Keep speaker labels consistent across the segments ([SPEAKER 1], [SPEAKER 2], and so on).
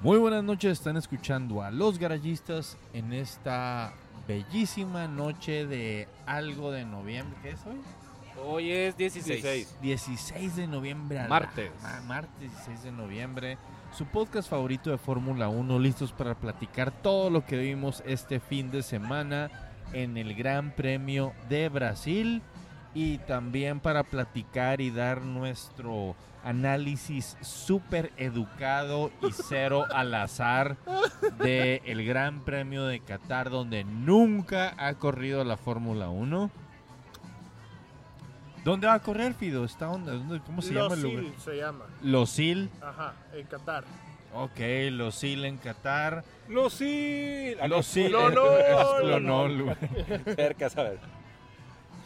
[SPEAKER 1] Muy buenas noches, están escuchando a los garayistas en esta bellísima noche de algo de noviembre. ¿Qué es hoy?
[SPEAKER 2] Hoy es 16.
[SPEAKER 1] 16 de noviembre. a la-
[SPEAKER 2] Martes.
[SPEAKER 1] ma- martes 16 de noviembre. Su podcast favorito de Fórmula 1, listos para platicar todo lo que vimos este fin de semana en el Gran Premio de Brasil y también para platicar y dar nuestro análisis súper educado y cero al azar del el Gran Premio de Qatar donde nunca ha corrido la Fórmula 1. ¿Dónde va a correr, Fido? ¿Está dónde- dónde- ¿Cómo se llama el
[SPEAKER 3] Losil
[SPEAKER 1] lugar?
[SPEAKER 3] se llama.
[SPEAKER 1] Losil.
[SPEAKER 3] Ajá, en Qatar.
[SPEAKER 1] Ok, Losil en Qatar.
[SPEAKER 2] Los sí.
[SPEAKER 1] Losil.
[SPEAKER 3] no, no,
[SPEAKER 1] eh, Lo
[SPEAKER 3] no,
[SPEAKER 1] no, güey.
[SPEAKER 2] Cerca, ¿sabes?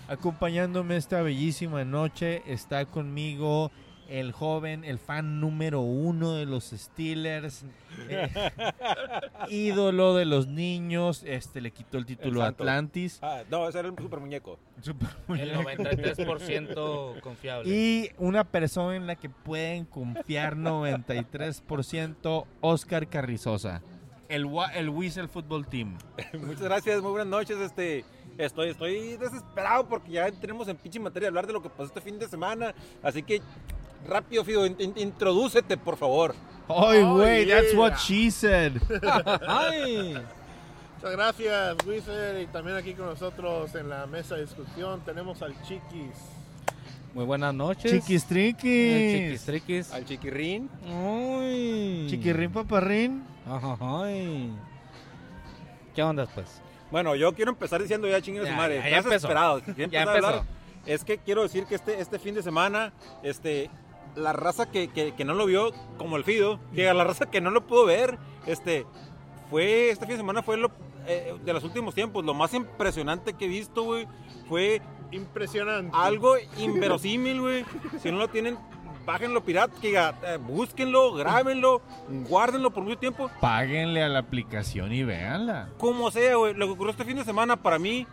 [SPEAKER 1] Acompañándome esta bellísima noche está conmigo el joven, el fan número uno de los Steelers, eh, ídolo de los niños, este le quitó el título a
[SPEAKER 2] santo.
[SPEAKER 1] Atlantis.
[SPEAKER 2] Ah, no, ese era el super muñeco.
[SPEAKER 1] Super
[SPEAKER 4] El 93% confiable.
[SPEAKER 1] Y una persona en la que pueden confiar 93%, Oscar Carrizosa, el, wa- el Whistle Football Team.
[SPEAKER 2] Muchas gracias, muy buenas noches. Este, estoy, estoy desesperado porque ya tenemos en pinche materia hablar de lo que pasó este fin de semana. Así que, rápido, Fido, in- in- introdúcete, por favor.
[SPEAKER 1] ¡Ay,
[SPEAKER 3] Oh,
[SPEAKER 1] güey! That's what
[SPEAKER 3] yeah.
[SPEAKER 1] she said.
[SPEAKER 2] ¡Ay!
[SPEAKER 3] Muchas gracias, Wizard. Y también aquí con nosotros en la mesa de discusión tenemos al Chiquis.
[SPEAKER 4] Muy buenas noches.
[SPEAKER 1] Chiquis
[SPEAKER 4] Eh,
[SPEAKER 1] triquis.
[SPEAKER 4] Chiquistriquis.
[SPEAKER 2] Al chiquirrín.
[SPEAKER 4] Ay.
[SPEAKER 1] Mm. Chiquirrín paparrín.
[SPEAKER 4] Ajá, ay. ¿Qué onda, pues?
[SPEAKER 2] Bueno, yo quiero empezar diciendo ya chinguen a su
[SPEAKER 4] Ya,
[SPEAKER 2] madre.
[SPEAKER 4] ya, ya
[SPEAKER 2] estás
[SPEAKER 4] empezó.
[SPEAKER 2] desesperado. Si quieres
[SPEAKER 4] Ya
[SPEAKER 2] empezar a
[SPEAKER 4] empezó.
[SPEAKER 2] hablar, Es que quiero decir que este, este fin de semana, este, la raza que, que- que no lo vio, como el Fido, que a la raza que no lo pudo ver, este, fue, este fin de semana fue lo, eh, de los últimos tiempos, lo más impresionante que he visto, güey, fue
[SPEAKER 3] Impresionante.
[SPEAKER 2] algo inverosímil, güey. Si no lo tienen, bájenlo pirata, que diga, eh, búsquenlo, grábenlo, guárdenlo por mucho tiempo.
[SPEAKER 1] Páguenle a la aplicación y véanla.
[SPEAKER 2] Como sea, güey, lo que ocurrió este fin de semana para mí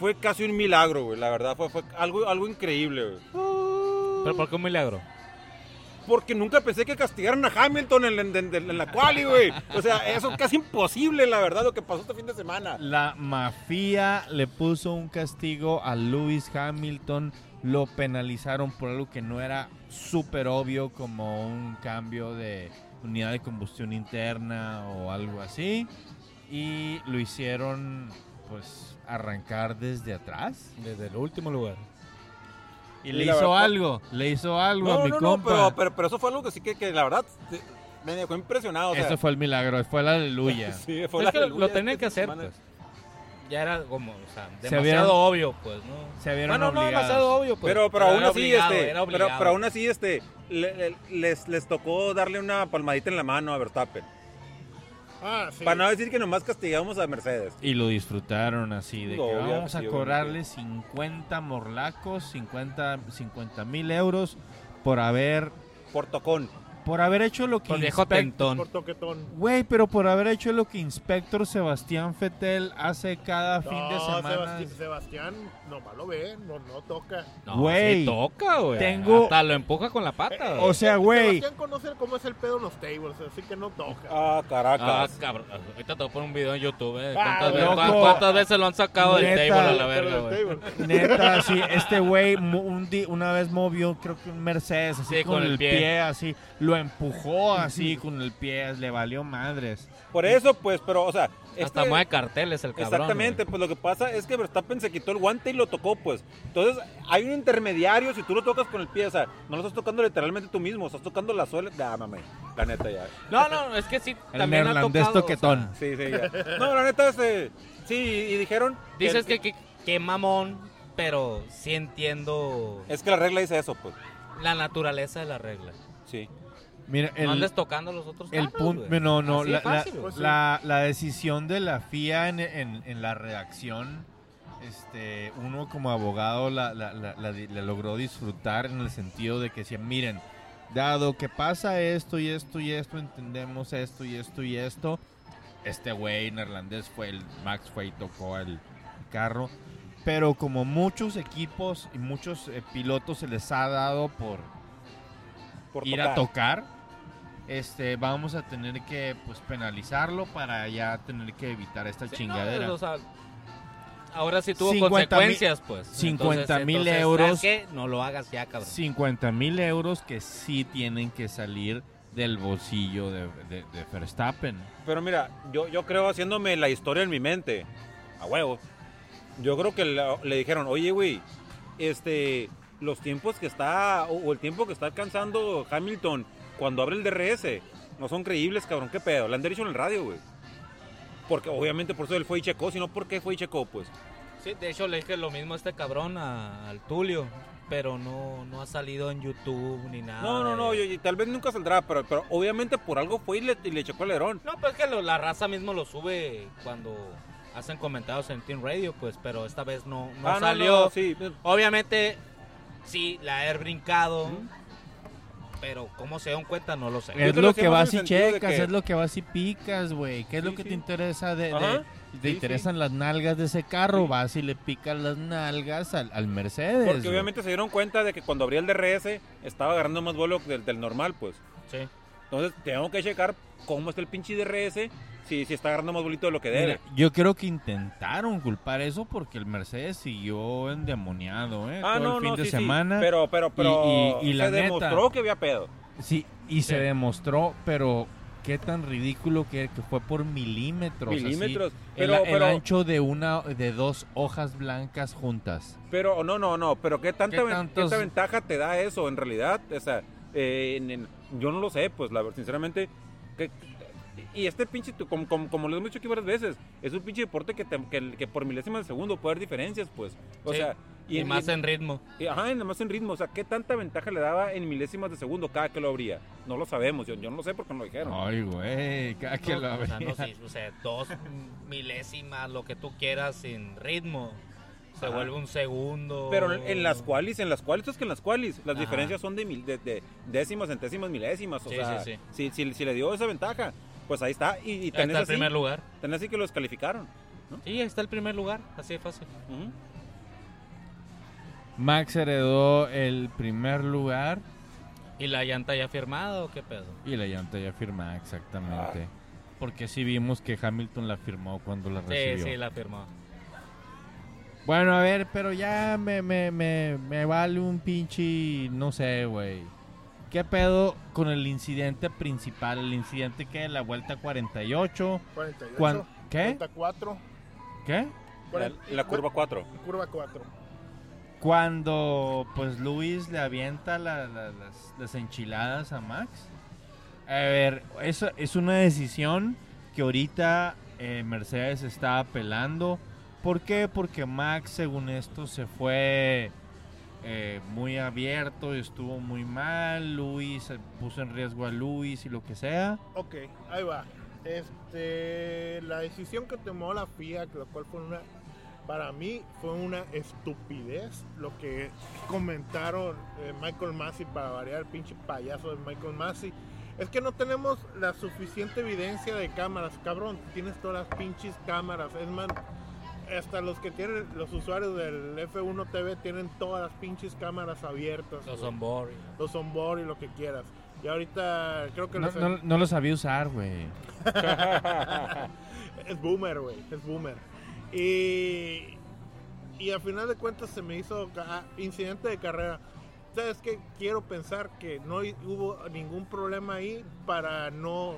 [SPEAKER 2] fue casi un milagro, güey. La verdad, fue, fue algo, algo increíble, güey.
[SPEAKER 4] ¿Pero por qué un milagro?
[SPEAKER 2] Porque nunca pensé que castigaran a Hamilton en, en- en- en la quali, güey. O sea, eso es casi imposible, la verdad, lo que pasó este fin de semana.
[SPEAKER 1] La mafia le puso un castigo a Lewis Hamilton. Lo penalizaron por algo que no era súper obvio, como un cambio de unidad de combustión interna o algo así. Y lo hicieron, pues, arrancar desde atrás.
[SPEAKER 4] Desde el último lugar.
[SPEAKER 1] Y
[SPEAKER 2] Y
[SPEAKER 1] le
[SPEAKER 2] la
[SPEAKER 1] hizo
[SPEAKER 2] verdad-
[SPEAKER 1] algo, le hizo algo a
[SPEAKER 2] No,
[SPEAKER 1] mi
[SPEAKER 2] no, no,
[SPEAKER 1] compa.
[SPEAKER 2] pero, pero, pero eso fue algo que sí que, que la verdad sí, me dejó impresionado. O sea,
[SPEAKER 1] Eso fue el milagro, fue la aleluya.
[SPEAKER 2] sí, fue la
[SPEAKER 4] Es que lo
[SPEAKER 2] aleluya
[SPEAKER 4] tenían
[SPEAKER 2] este
[SPEAKER 4] que hacer,
[SPEAKER 2] semana.
[SPEAKER 4] pues. Ya era como, o sea,
[SPEAKER 1] Se
[SPEAKER 4] demasiado
[SPEAKER 1] vieron-
[SPEAKER 4] obvio, pues, ¿no?
[SPEAKER 1] Se vieron
[SPEAKER 4] Bueno, no
[SPEAKER 1] obligados.
[SPEAKER 4] demasiado obvio, pues.
[SPEAKER 2] pero, pero aún
[SPEAKER 4] era
[SPEAKER 2] así,
[SPEAKER 4] obligado,
[SPEAKER 2] este,
[SPEAKER 4] era
[SPEAKER 2] pero,
[SPEAKER 4] obligado.
[SPEAKER 2] pero aún así, este, le- le- les, les tocó darle una palmadita en la mano a Verstappen.
[SPEAKER 3] Ah, sí.
[SPEAKER 2] Para no decir que nomás castigamos a Mercedes.
[SPEAKER 1] Y lo disfrutaron así, de que
[SPEAKER 2] Obvio,
[SPEAKER 1] vamos a
[SPEAKER 2] sí,
[SPEAKER 1] cobrarle 50 morlacos, 50 50 mil euros por haber,
[SPEAKER 2] Por tocón.
[SPEAKER 1] por haber hecho lo que...
[SPEAKER 4] Por viejo
[SPEAKER 1] Inspec-
[SPEAKER 4] tentón.
[SPEAKER 3] Por toquetón.
[SPEAKER 1] Güey, pero por haber hecho lo que Inspector Sebastián Fetel hace cada fin de
[SPEAKER 3] No,
[SPEAKER 1] semana.
[SPEAKER 3] Sebasti- Sebastián, nomás lo ve, no, no toca.
[SPEAKER 4] No,
[SPEAKER 1] Güey,
[SPEAKER 4] sí toca, güey.
[SPEAKER 1] tengo-
[SPEAKER 4] Hasta lo empuja con la pata.
[SPEAKER 1] O
[SPEAKER 4] güey.
[SPEAKER 1] sea, güey,
[SPEAKER 3] Sebastián conoce cómo es el pedo en los tables, así que no toca.
[SPEAKER 2] Ah,
[SPEAKER 4] Ah,
[SPEAKER 2] Caracas.
[SPEAKER 4] cabrón. Ahorita te voy a poner un video en YouTube. eh.
[SPEAKER 3] Ah,
[SPEAKER 4] ¿Cuántas, veces,
[SPEAKER 1] loco.
[SPEAKER 4] cuán- cuántas veces lo han sacado del
[SPEAKER 1] Neta.
[SPEAKER 4] table a la
[SPEAKER 3] Pero
[SPEAKER 4] verga,
[SPEAKER 3] del
[SPEAKER 4] güey?
[SPEAKER 3] table.
[SPEAKER 1] neta, sí, este güey mo- un di- una vez movió, creo que un Mercedes, así
[SPEAKER 4] Sí,
[SPEAKER 1] con, el pie. así, lo empujó así con el pie, le valió madres.
[SPEAKER 2] Por eso, pues, pero, o sea.
[SPEAKER 4] Ah, Hasta
[SPEAKER 2] este-
[SPEAKER 4] mueve carteles el cabrón.
[SPEAKER 2] Exactamente, pues lo que pasa es que Verstappen se quitó el guante y lo tocó, pues. Entonces, hay un intermediario, si tú lo tocas con el pie, o sea, no lo estás tocando literalmente tú mismo, estás tocando la suela. Ya, mame, la neta ya.
[SPEAKER 4] güey. No, no, es que sí.
[SPEAKER 1] El
[SPEAKER 4] también ha
[SPEAKER 1] neerlandés
[SPEAKER 4] tocado, o
[SPEAKER 1] toquetón.
[SPEAKER 4] sea,
[SPEAKER 2] Sí, sí, ya. No, la neta, este, sí, y dijeron...
[SPEAKER 4] dices que, que, que mamón, pero sí entiendo
[SPEAKER 2] Es que la regla dice eso, pues.
[SPEAKER 4] la naturaleza de la regla.
[SPEAKER 2] Sí.
[SPEAKER 1] Mira, el,
[SPEAKER 4] no andes tocando a los otros.
[SPEAKER 1] El
[SPEAKER 4] carros,
[SPEAKER 1] punto,
[SPEAKER 4] güey.
[SPEAKER 1] no, no,
[SPEAKER 4] Así de
[SPEAKER 1] la,
[SPEAKER 4] fácil,
[SPEAKER 1] la-
[SPEAKER 4] güey.
[SPEAKER 1] la- la decisión de la FIA en, en- en la redacción, este, uno como abogado la, la- la- la di- la logró disfrutar en el sentido de que decían, miren, dado que pasa esto y esto y esto, entendemos esto y esto y esto, este güey neerlandés fue el, Max fue y tocó el carro, pero como muchos equipos y muchos eh, pilotos se les ha dado por
[SPEAKER 2] Por
[SPEAKER 1] ir a
[SPEAKER 2] tocar.
[SPEAKER 1] tocar. este, vamos a tener que pues penalizarlo para ya tener que evitar esta
[SPEAKER 4] Sí, no,
[SPEAKER 1] chingadera.
[SPEAKER 4] o sea, ahora sí tuvo
[SPEAKER 1] 50,000
[SPEAKER 4] consecuencias, pues.
[SPEAKER 1] 50,000
[SPEAKER 4] Entonces,
[SPEAKER 1] euros.
[SPEAKER 4] ¿sabes qué? No lo hagas ya, cabrón.
[SPEAKER 1] 50 mil euros que sí tienen que salir del bolsillo de, de- de Verstappen.
[SPEAKER 2] Pero mira, yo, yo creo, haciéndome la historia en mi mente, a huevo, yo creo que la- le, dijeron, oye, güey, este, los tiempos que está, o, o el tiempo que está alcanzando Hamilton cuando abre el DRS, no son creíbles, cabrón, qué pedo. Le han dicho en el radio, güey. Porque obviamente por eso él fue y checó, sino porque fue y checó, pues.
[SPEAKER 4] Sí, de hecho le dije lo mismo a este cabrón, a- al Tulio, pero no, no ha salido en YouTube ni nada.
[SPEAKER 2] No, no, no,
[SPEAKER 4] de-
[SPEAKER 2] yo- yo- tal vez nunca saldrá, pero, pero obviamente por algo fue y le, y le checó el alerón.
[SPEAKER 4] No, pues que lo- la raza mismo lo sube cuando hacen comentarios en Team Radio, pues, pero esta vez no, no
[SPEAKER 2] Ah, no,
[SPEAKER 4] salió.
[SPEAKER 2] no, sí.
[SPEAKER 4] Obviamente, sí, la he brincado,
[SPEAKER 2] Ujú. Eh,
[SPEAKER 4] pero cómo se dan cuenta no lo sé.
[SPEAKER 2] Yo
[SPEAKER 1] Es
[SPEAKER 2] creo
[SPEAKER 1] lo
[SPEAKER 2] que
[SPEAKER 1] que
[SPEAKER 2] más
[SPEAKER 1] vas
[SPEAKER 2] en
[SPEAKER 1] y
[SPEAKER 2] el sentido de
[SPEAKER 1] checas,
[SPEAKER 2] que-
[SPEAKER 1] es lo que vas y picas, güey. ¿Qué es lo
[SPEAKER 2] Sí,
[SPEAKER 1] que te
[SPEAKER 2] sí.
[SPEAKER 1] interesa de... de-
[SPEAKER 2] Ajá.
[SPEAKER 1] te
[SPEAKER 2] Sí,
[SPEAKER 1] interesan las nalgas de ese carro,
[SPEAKER 2] Sí.
[SPEAKER 1] vas y le picas las nalgas al, al Mercedes.
[SPEAKER 2] Porque
[SPEAKER 1] güey.
[SPEAKER 2] obviamente se dieron cuenta de que cuando abría el DRS estaba agarrando más vuelo del, del normal, pues.
[SPEAKER 4] Sí.
[SPEAKER 2] Entonces tengo que checar cómo está el pinche DRS, si, si está agarrando más bolito de lo que debe.
[SPEAKER 1] Mira, yo creo que intentaron culpar eso porque el Mercedes siguió endemoniado, ¿eh?
[SPEAKER 2] ah,
[SPEAKER 1] Todo
[SPEAKER 2] no,
[SPEAKER 1] el fin
[SPEAKER 2] no,
[SPEAKER 1] de
[SPEAKER 2] sí, sí,
[SPEAKER 1] semana.
[SPEAKER 2] Pero, pero, pero
[SPEAKER 1] y- y
[SPEAKER 2] se
[SPEAKER 1] la neta.
[SPEAKER 2] demostró que había pedo.
[SPEAKER 1] Sí, y se
[SPEAKER 4] Sí.
[SPEAKER 1] demostró, pero qué tan ridículo que, que fue por milímetros. así,
[SPEAKER 2] Milímetros.
[SPEAKER 1] el,
[SPEAKER 2] Pero,
[SPEAKER 1] el
[SPEAKER 2] pero,
[SPEAKER 1] ancho de una de dos hojas blancas juntas.
[SPEAKER 2] pero, no, no, no. Pero qué tanta,
[SPEAKER 1] ¿Qué
[SPEAKER 2] ven-
[SPEAKER 1] tantos-
[SPEAKER 2] tanta ventaja te da eso en realidad. O sea, eh, en- en- yo no lo sé, pues, la verdad, sinceramente. que- y este pinche, tu- como, como, como lo hemos dicho aquí varias veces, es un pinche deporte que, te- que, que por milésimas de segundo puede haber diferencias, pues. O
[SPEAKER 4] Sí.
[SPEAKER 2] sea,
[SPEAKER 4] Y, más en ritmo.
[SPEAKER 2] Y, Ajá, y nada más en ritmo. O sea, ¿qué tanta ventaja le daba en milésimas de segundo cada que lo abría? No lo sabemos. Yo, yo no lo sé porque no lo dijeron.
[SPEAKER 1] Ay, güey, cada que
[SPEAKER 4] No,
[SPEAKER 1] lo
[SPEAKER 4] o sea,
[SPEAKER 1] abría.
[SPEAKER 4] no, sí, o sea, dos milésimas, lo que tú quieras, sin ritmo. Se
[SPEAKER 2] Ajá.
[SPEAKER 4] vuelve un segundo.
[SPEAKER 2] Pero en, en las cuales, en las cuales, es que en las cuales, las
[SPEAKER 4] Ajá.
[SPEAKER 2] diferencias son de, mil- de, de décimas, centésimas, milésimas. O
[SPEAKER 4] Sí,
[SPEAKER 2] sea,
[SPEAKER 4] sí,
[SPEAKER 2] Si, si, si le dio esa ventaja, pues ahí está. Y, y
[SPEAKER 4] Ahí
[SPEAKER 2] tan es
[SPEAKER 4] está el
[SPEAKER 2] así,
[SPEAKER 4] primer lugar.
[SPEAKER 2] tan así que lo descalificaron.
[SPEAKER 4] Sí, ahí está el primer lugar, así de fácil.
[SPEAKER 2] Ujú.
[SPEAKER 1] Max heredó el primer lugar
[SPEAKER 4] ¿Y la llanta ya firmada o qué pedo?
[SPEAKER 1] y la llanta ya firmada,
[SPEAKER 2] Ah.
[SPEAKER 1] exactamente. Porque sí vimos que Hamilton la firmó cuando la
[SPEAKER 4] Sí,
[SPEAKER 1] recibió.
[SPEAKER 4] sí, la firmó.
[SPEAKER 1] Bueno, a ver, pero ya me, me, me, me vale un pinche, no sé, güey. ¿Qué pedo con el incidente principal? El incidente que de la vuelta 48.
[SPEAKER 3] 48.
[SPEAKER 1] Cuan- ¿Qué?
[SPEAKER 3] 44.
[SPEAKER 1] ¿Qué?
[SPEAKER 2] ¿Eh? La, la curva 4.
[SPEAKER 3] Curva 4.
[SPEAKER 1] Cuando pues Luis le avienta la- la- las, las enchiladas a Max. A ver, eso es una decisión que ahorita eh, Mercedes está apelando. ¿Por qué? Porque Max, según esto, se fue eh, muy abierto y estuvo muy mal. Luis eh, puso en riesgo a Luis y lo que sea.
[SPEAKER 3] Ok, ahí va. Este, la decisión que tomó la FIA, que lo cual fue una, para mí fue una estupidez lo que comentaron eh, Michael Massey para variar el pinche payaso de Michael Massey. Es que no tenemos la suficiente evidencia de cámaras, cabrón. Tienes todas las pinches cámaras. Es más, hasta los que tienen, los usuarios del F1 TV tienen todas las pinches cámaras abiertas.
[SPEAKER 4] Los
[SPEAKER 3] güey.
[SPEAKER 4] onboard.
[SPEAKER 3] Los onboard y lo que quieras. Y ahorita creo que
[SPEAKER 1] No,
[SPEAKER 3] los-
[SPEAKER 1] no- no lo sabía usar, güey.
[SPEAKER 3] Es boomer, güey. Es boomer. Y, y al final de cuentas se me hizo ca- ah, incidente de carrera. ¿Sabes qué? Quiero pensar que no hi- hubo ningún problema ahí para no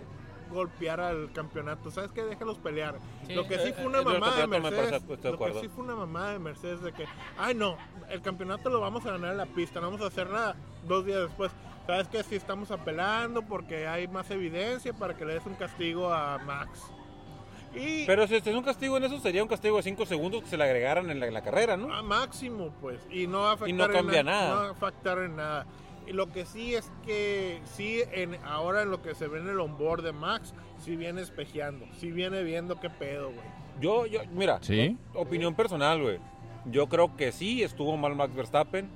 [SPEAKER 3] golpear al campeonato. ¿Sabes qué? Déjalos pelear.
[SPEAKER 4] Sí,
[SPEAKER 3] lo que sí
[SPEAKER 2] eh,
[SPEAKER 3] fue una
[SPEAKER 2] eh, yo el
[SPEAKER 3] mamada de
[SPEAKER 2] campeonato me parece-
[SPEAKER 3] Mercedes.
[SPEAKER 2] estoy de
[SPEAKER 3] Lo que
[SPEAKER 2] acuerdo.
[SPEAKER 3] sí fue una mamada de Mercedes de que, ay no, el campeonato lo vamos a ganar en la pista, no vamos a hacer nada dos días después. ¿Sabes qué? Si estamos apelando porque hay más evidencia para que le des un castigo a Max. Y
[SPEAKER 2] Pero si, si es un castigo en eso, sería un castigo de 5 segundos que se le agregaran en la, en la carrera, ¿no?
[SPEAKER 3] a máximo, pues. Y no va a afectar
[SPEAKER 2] Y no
[SPEAKER 3] en
[SPEAKER 2] cambia
[SPEAKER 3] na-
[SPEAKER 2] nada.
[SPEAKER 3] No va a afectar en nada. Y lo que sí es que, sí, en, ahora en lo que se ve en el onboard de Max, sí viene espejeando, sí viene viendo qué pedo, güey.
[SPEAKER 2] Yo, yo, mira,
[SPEAKER 1] ¿Sí?
[SPEAKER 2] o- opinión personal, güey. Yo creo que sí estuvo mal Max Verstappen,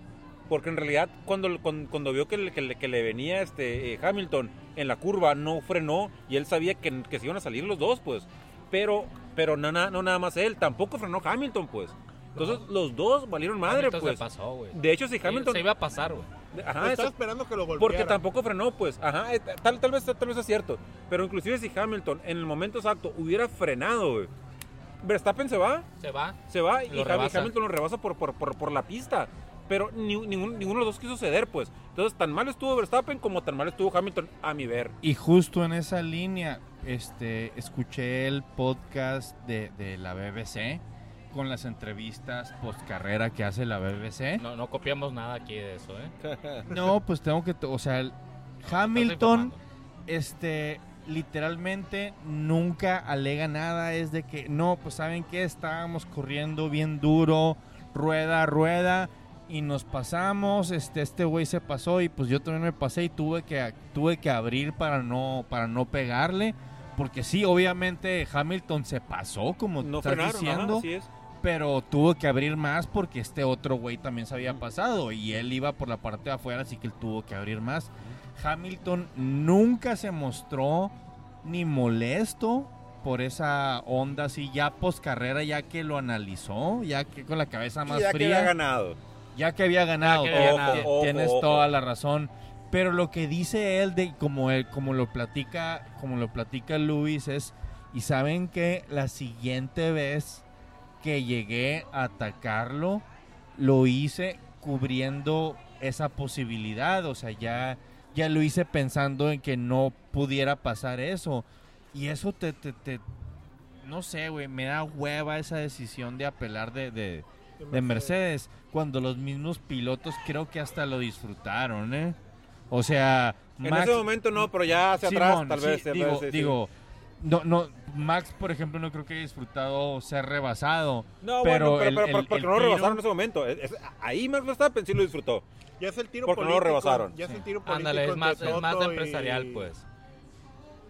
[SPEAKER 2] porque en realidad cuando, cuando, cuando vio que le, que le- que le venía este eh, Hamilton en la curva, no frenó y él sabía que, que se iban a salir los dos, pues. Pero, pero no, na- no nada más él, tampoco frenó Hamilton, pues. Entonces los dos valieron madre,
[SPEAKER 4] Hamilton se
[SPEAKER 2] pues.
[SPEAKER 4] pasó, güey.
[SPEAKER 2] De hecho, si Hamilton,
[SPEAKER 4] Se iba a pasar, güey.
[SPEAKER 2] Ajá,
[SPEAKER 3] Estaba
[SPEAKER 2] Ah, eso-
[SPEAKER 3] esperando que lo golpeara.
[SPEAKER 2] porque tampoco frenó, pues. Ajá, eh, tal, tal, vez, tal vez es cierto. Pero inclusive si Hamilton en el momento exacto hubiera frenado, güey, Verstappen se va,
[SPEAKER 4] Se va.
[SPEAKER 2] se va y
[SPEAKER 4] Lo
[SPEAKER 2] Ham-
[SPEAKER 4] rebasa.
[SPEAKER 2] Hamilton lo rebasa por, por, por, por la pista. Pero ni- ningún- ninguno de los dos quiso ceder, pues. Entonces, tan mal estuvo Verstappen como tan mal estuvo Hamilton, a mi ver.
[SPEAKER 1] Y justo en esa línea, este, escuché el podcast de, de la BBC con las entrevistas post carrera que hace la BBC.
[SPEAKER 4] ¿Eh? No, no copiamos nada aquí de eso, ¿eh?
[SPEAKER 1] No, pues tengo que, to- o sea, el- Hamilton,
[SPEAKER 4] Estás informando.
[SPEAKER 1] este, literalmente nunca alega nada. Es de que no, pues saben que estábamos corriendo bien duro, rueda a rueda. Y nos pasamos, este, este güey se pasó y pues yo también me pasé y tuve que, tuve que abrir para no, para no pegarle. Porque sí, obviamente Hamilton se pasó, como
[SPEAKER 2] No
[SPEAKER 1] estás
[SPEAKER 2] frenaron, ajá,
[SPEAKER 1] diciendo,
[SPEAKER 2] así es.
[SPEAKER 1] pero tuvo que abrir más porque este otro güey también se había pasado y él iba por la parte de afuera, así que él tuvo que abrir más. Hamilton nunca se mostró ni molesto por esa onda así ya post carrera, ya que lo analizó, ya que con la cabeza más
[SPEAKER 2] ya que
[SPEAKER 1] fría
[SPEAKER 2] había ganado.
[SPEAKER 1] ya que había ganado.
[SPEAKER 4] Ya que había
[SPEAKER 1] Ojo,
[SPEAKER 4] ganado.
[SPEAKER 1] ti- Tienes
[SPEAKER 2] Ojo, ojo.
[SPEAKER 1] toda la razón. Pero lo que dice él, de como él, como lo platica, como lo platica Luis, es y saben que la siguiente vez que llegué a atacarlo, lo hice cubriendo esa posibilidad. O sea, ya, ya lo hice pensando en que no pudiera pasar eso. Y eso te, te, te- no sé, güey, me da hueva esa decisión de apelar de- de, de Mercedes cuando los mismos pilotos creo que hasta lo disfrutaron, ¿eh? O sea,
[SPEAKER 2] En
[SPEAKER 1] Max-
[SPEAKER 2] ese momento no, pero ya hacia
[SPEAKER 1] Simón,
[SPEAKER 2] atrás, tal
[SPEAKER 1] sí,
[SPEAKER 2] vez. tal vez,
[SPEAKER 1] digo,
[SPEAKER 2] sí, sí.
[SPEAKER 1] digo, no, no, Max, por ejemplo, no creo que haya disfrutado ser rebasado.
[SPEAKER 2] No,
[SPEAKER 1] pero el-
[SPEAKER 2] bueno, pero, pero-
[SPEAKER 1] el-
[SPEAKER 2] pero- porque
[SPEAKER 1] el
[SPEAKER 2] no lo
[SPEAKER 1] tiro-
[SPEAKER 2] rebasaron en ese momento. Es- es- ahí Max Verstappen sí lo disfrutó.
[SPEAKER 3] Ya es el tiro
[SPEAKER 2] Porque no lo
[SPEAKER 3] político.
[SPEAKER 2] rebasaron.
[SPEAKER 3] Ya es
[SPEAKER 1] Sí.
[SPEAKER 3] el tiro político.
[SPEAKER 4] Ándale, es
[SPEAKER 3] entre
[SPEAKER 4] más, es más de
[SPEAKER 3] Toto y-
[SPEAKER 4] empresarial, pues.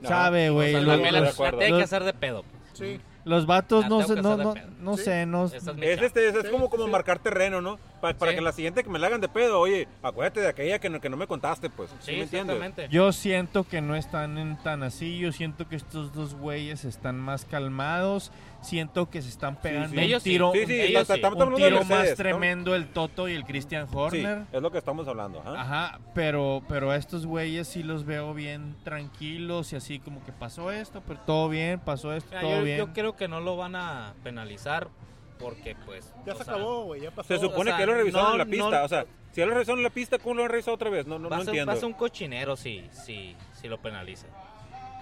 [SPEAKER 2] No,
[SPEAKER 1] Sabe, Eh, güey.
[SPEAKER 4] O
[SPEAKER 1] lo-
[SPEAKER 4] sea, la, me la-
[SPEAKER 2] de
[SPEAKER 4] la
[SPEAKER 1] los,
[SPEAKER 2] acuerdo.
[SPEAKER 4] tiene que
[SPEAKER 1] los-
[SPEAKER 4] hacer de pedo. pues.
[SPEAKER 3] Sí.
[SPEAKER 1] los vatos
[SPEAKER 4] La
[SPEAKER 1] no
[SPEAKER 4] tengo
[SPEAKER 1] sé,
[SPEAKER 4] que
[SPEAKER 1] no,
[SPEAKER 4] hacer
[SPEAKER 1] no,
[SPEAKER 4] de pedo.
[SPEAKER 1] no
[SPEAKER 3] Sí.
[SPEAKER 1] sé, no
[SPEAKER 4] Esa es mi
[SPEAKER 2] Es,
[SPEAKER 4] chamba.
[SPEAKER 2] este, es, es
[SPEAKER 3] Sí,
[SPEAKER 2] como, como
[SPEAKER 3] sí.
[SPEAKER 2] marcar terreno, ¿no? Pa- para
[SPEAKER 4] Sí.
[SPEAKER 2] que la siguiente que me la hagan de pedo, oye, acuérdate de aquella que no, que no me contaste, pues.
[SPEAKER 4] Sí,
[SPEAKER 2] Sí, me entiendes?
[SPEAKER 4] exactamente.
[SPEAKER 1] Yo siento que no están en tan así, yo siento que estos dos güeyes están más calmados, siento que se están pegando
[SPEAKER 2] sí.
[SPEAKER 1] un
[SPEAKER 4] Ellos sí.
[SPEAKER 1] tiro,
[SPEAKER 2] Sí, sí,
[SPEAKER 4] ellos
[SPEAKER 2] está-
[SPEAKER 4] sí.
[SPEAKER 2] está- estamos
[SPEAKER 1] un
[SPEAKER 2] hablando de
[SPEAKER 1] tiro más
[SPEAKER 2] Mercedes, ¿no?
[SPEAKER 1] tremendo el Toto y el Christian
[SPEAKER 2] Sí,
[SPEAKER 1] Horner.
[SPEAKER 2] es lo que estamos hablando. ajá.
[SPEAKER 1] Ajá, pero, pero a estos güeyes sí los veo bien tranquilos y así como que pasó esto, pero todo bien, pasó esto,
[SPEAKER 4] Mira,
[SPEAKER 1] todo
[SPEAKER 4] yo,
[SPEAKER 1] bien.
[SPEAKER 4] yo creo que no lo van a penalizar porque, pues.
[SPEAKER 3] Ya
[SPEAKER 4] o
[SPEAKER 3] se
[SPEAKER 4] sea,
[SPEAKER 3] acabó, güey. Ya pasó.
[SPEAKER 2] Se supone
[SPEAKER 4] sea,
[SPEAKER 2] que ya lo revisaron
[SPEAKER 4] no-
[SPEAKER 2] en la pista.
[SPEAKER 4] no-
[SPEAKER 2] o sea, si ya lo revisaron en la pista, ¿cómo lo han revisado otra vez? No, no,
[SPEAKER 4] va,
[SPEAKER 2] no
[SPEAKER 4] a ser, va
[SPEAKER 2] entiendo.
[SPEAKER 4] a ser un cochinero si, si, si lo penaliza.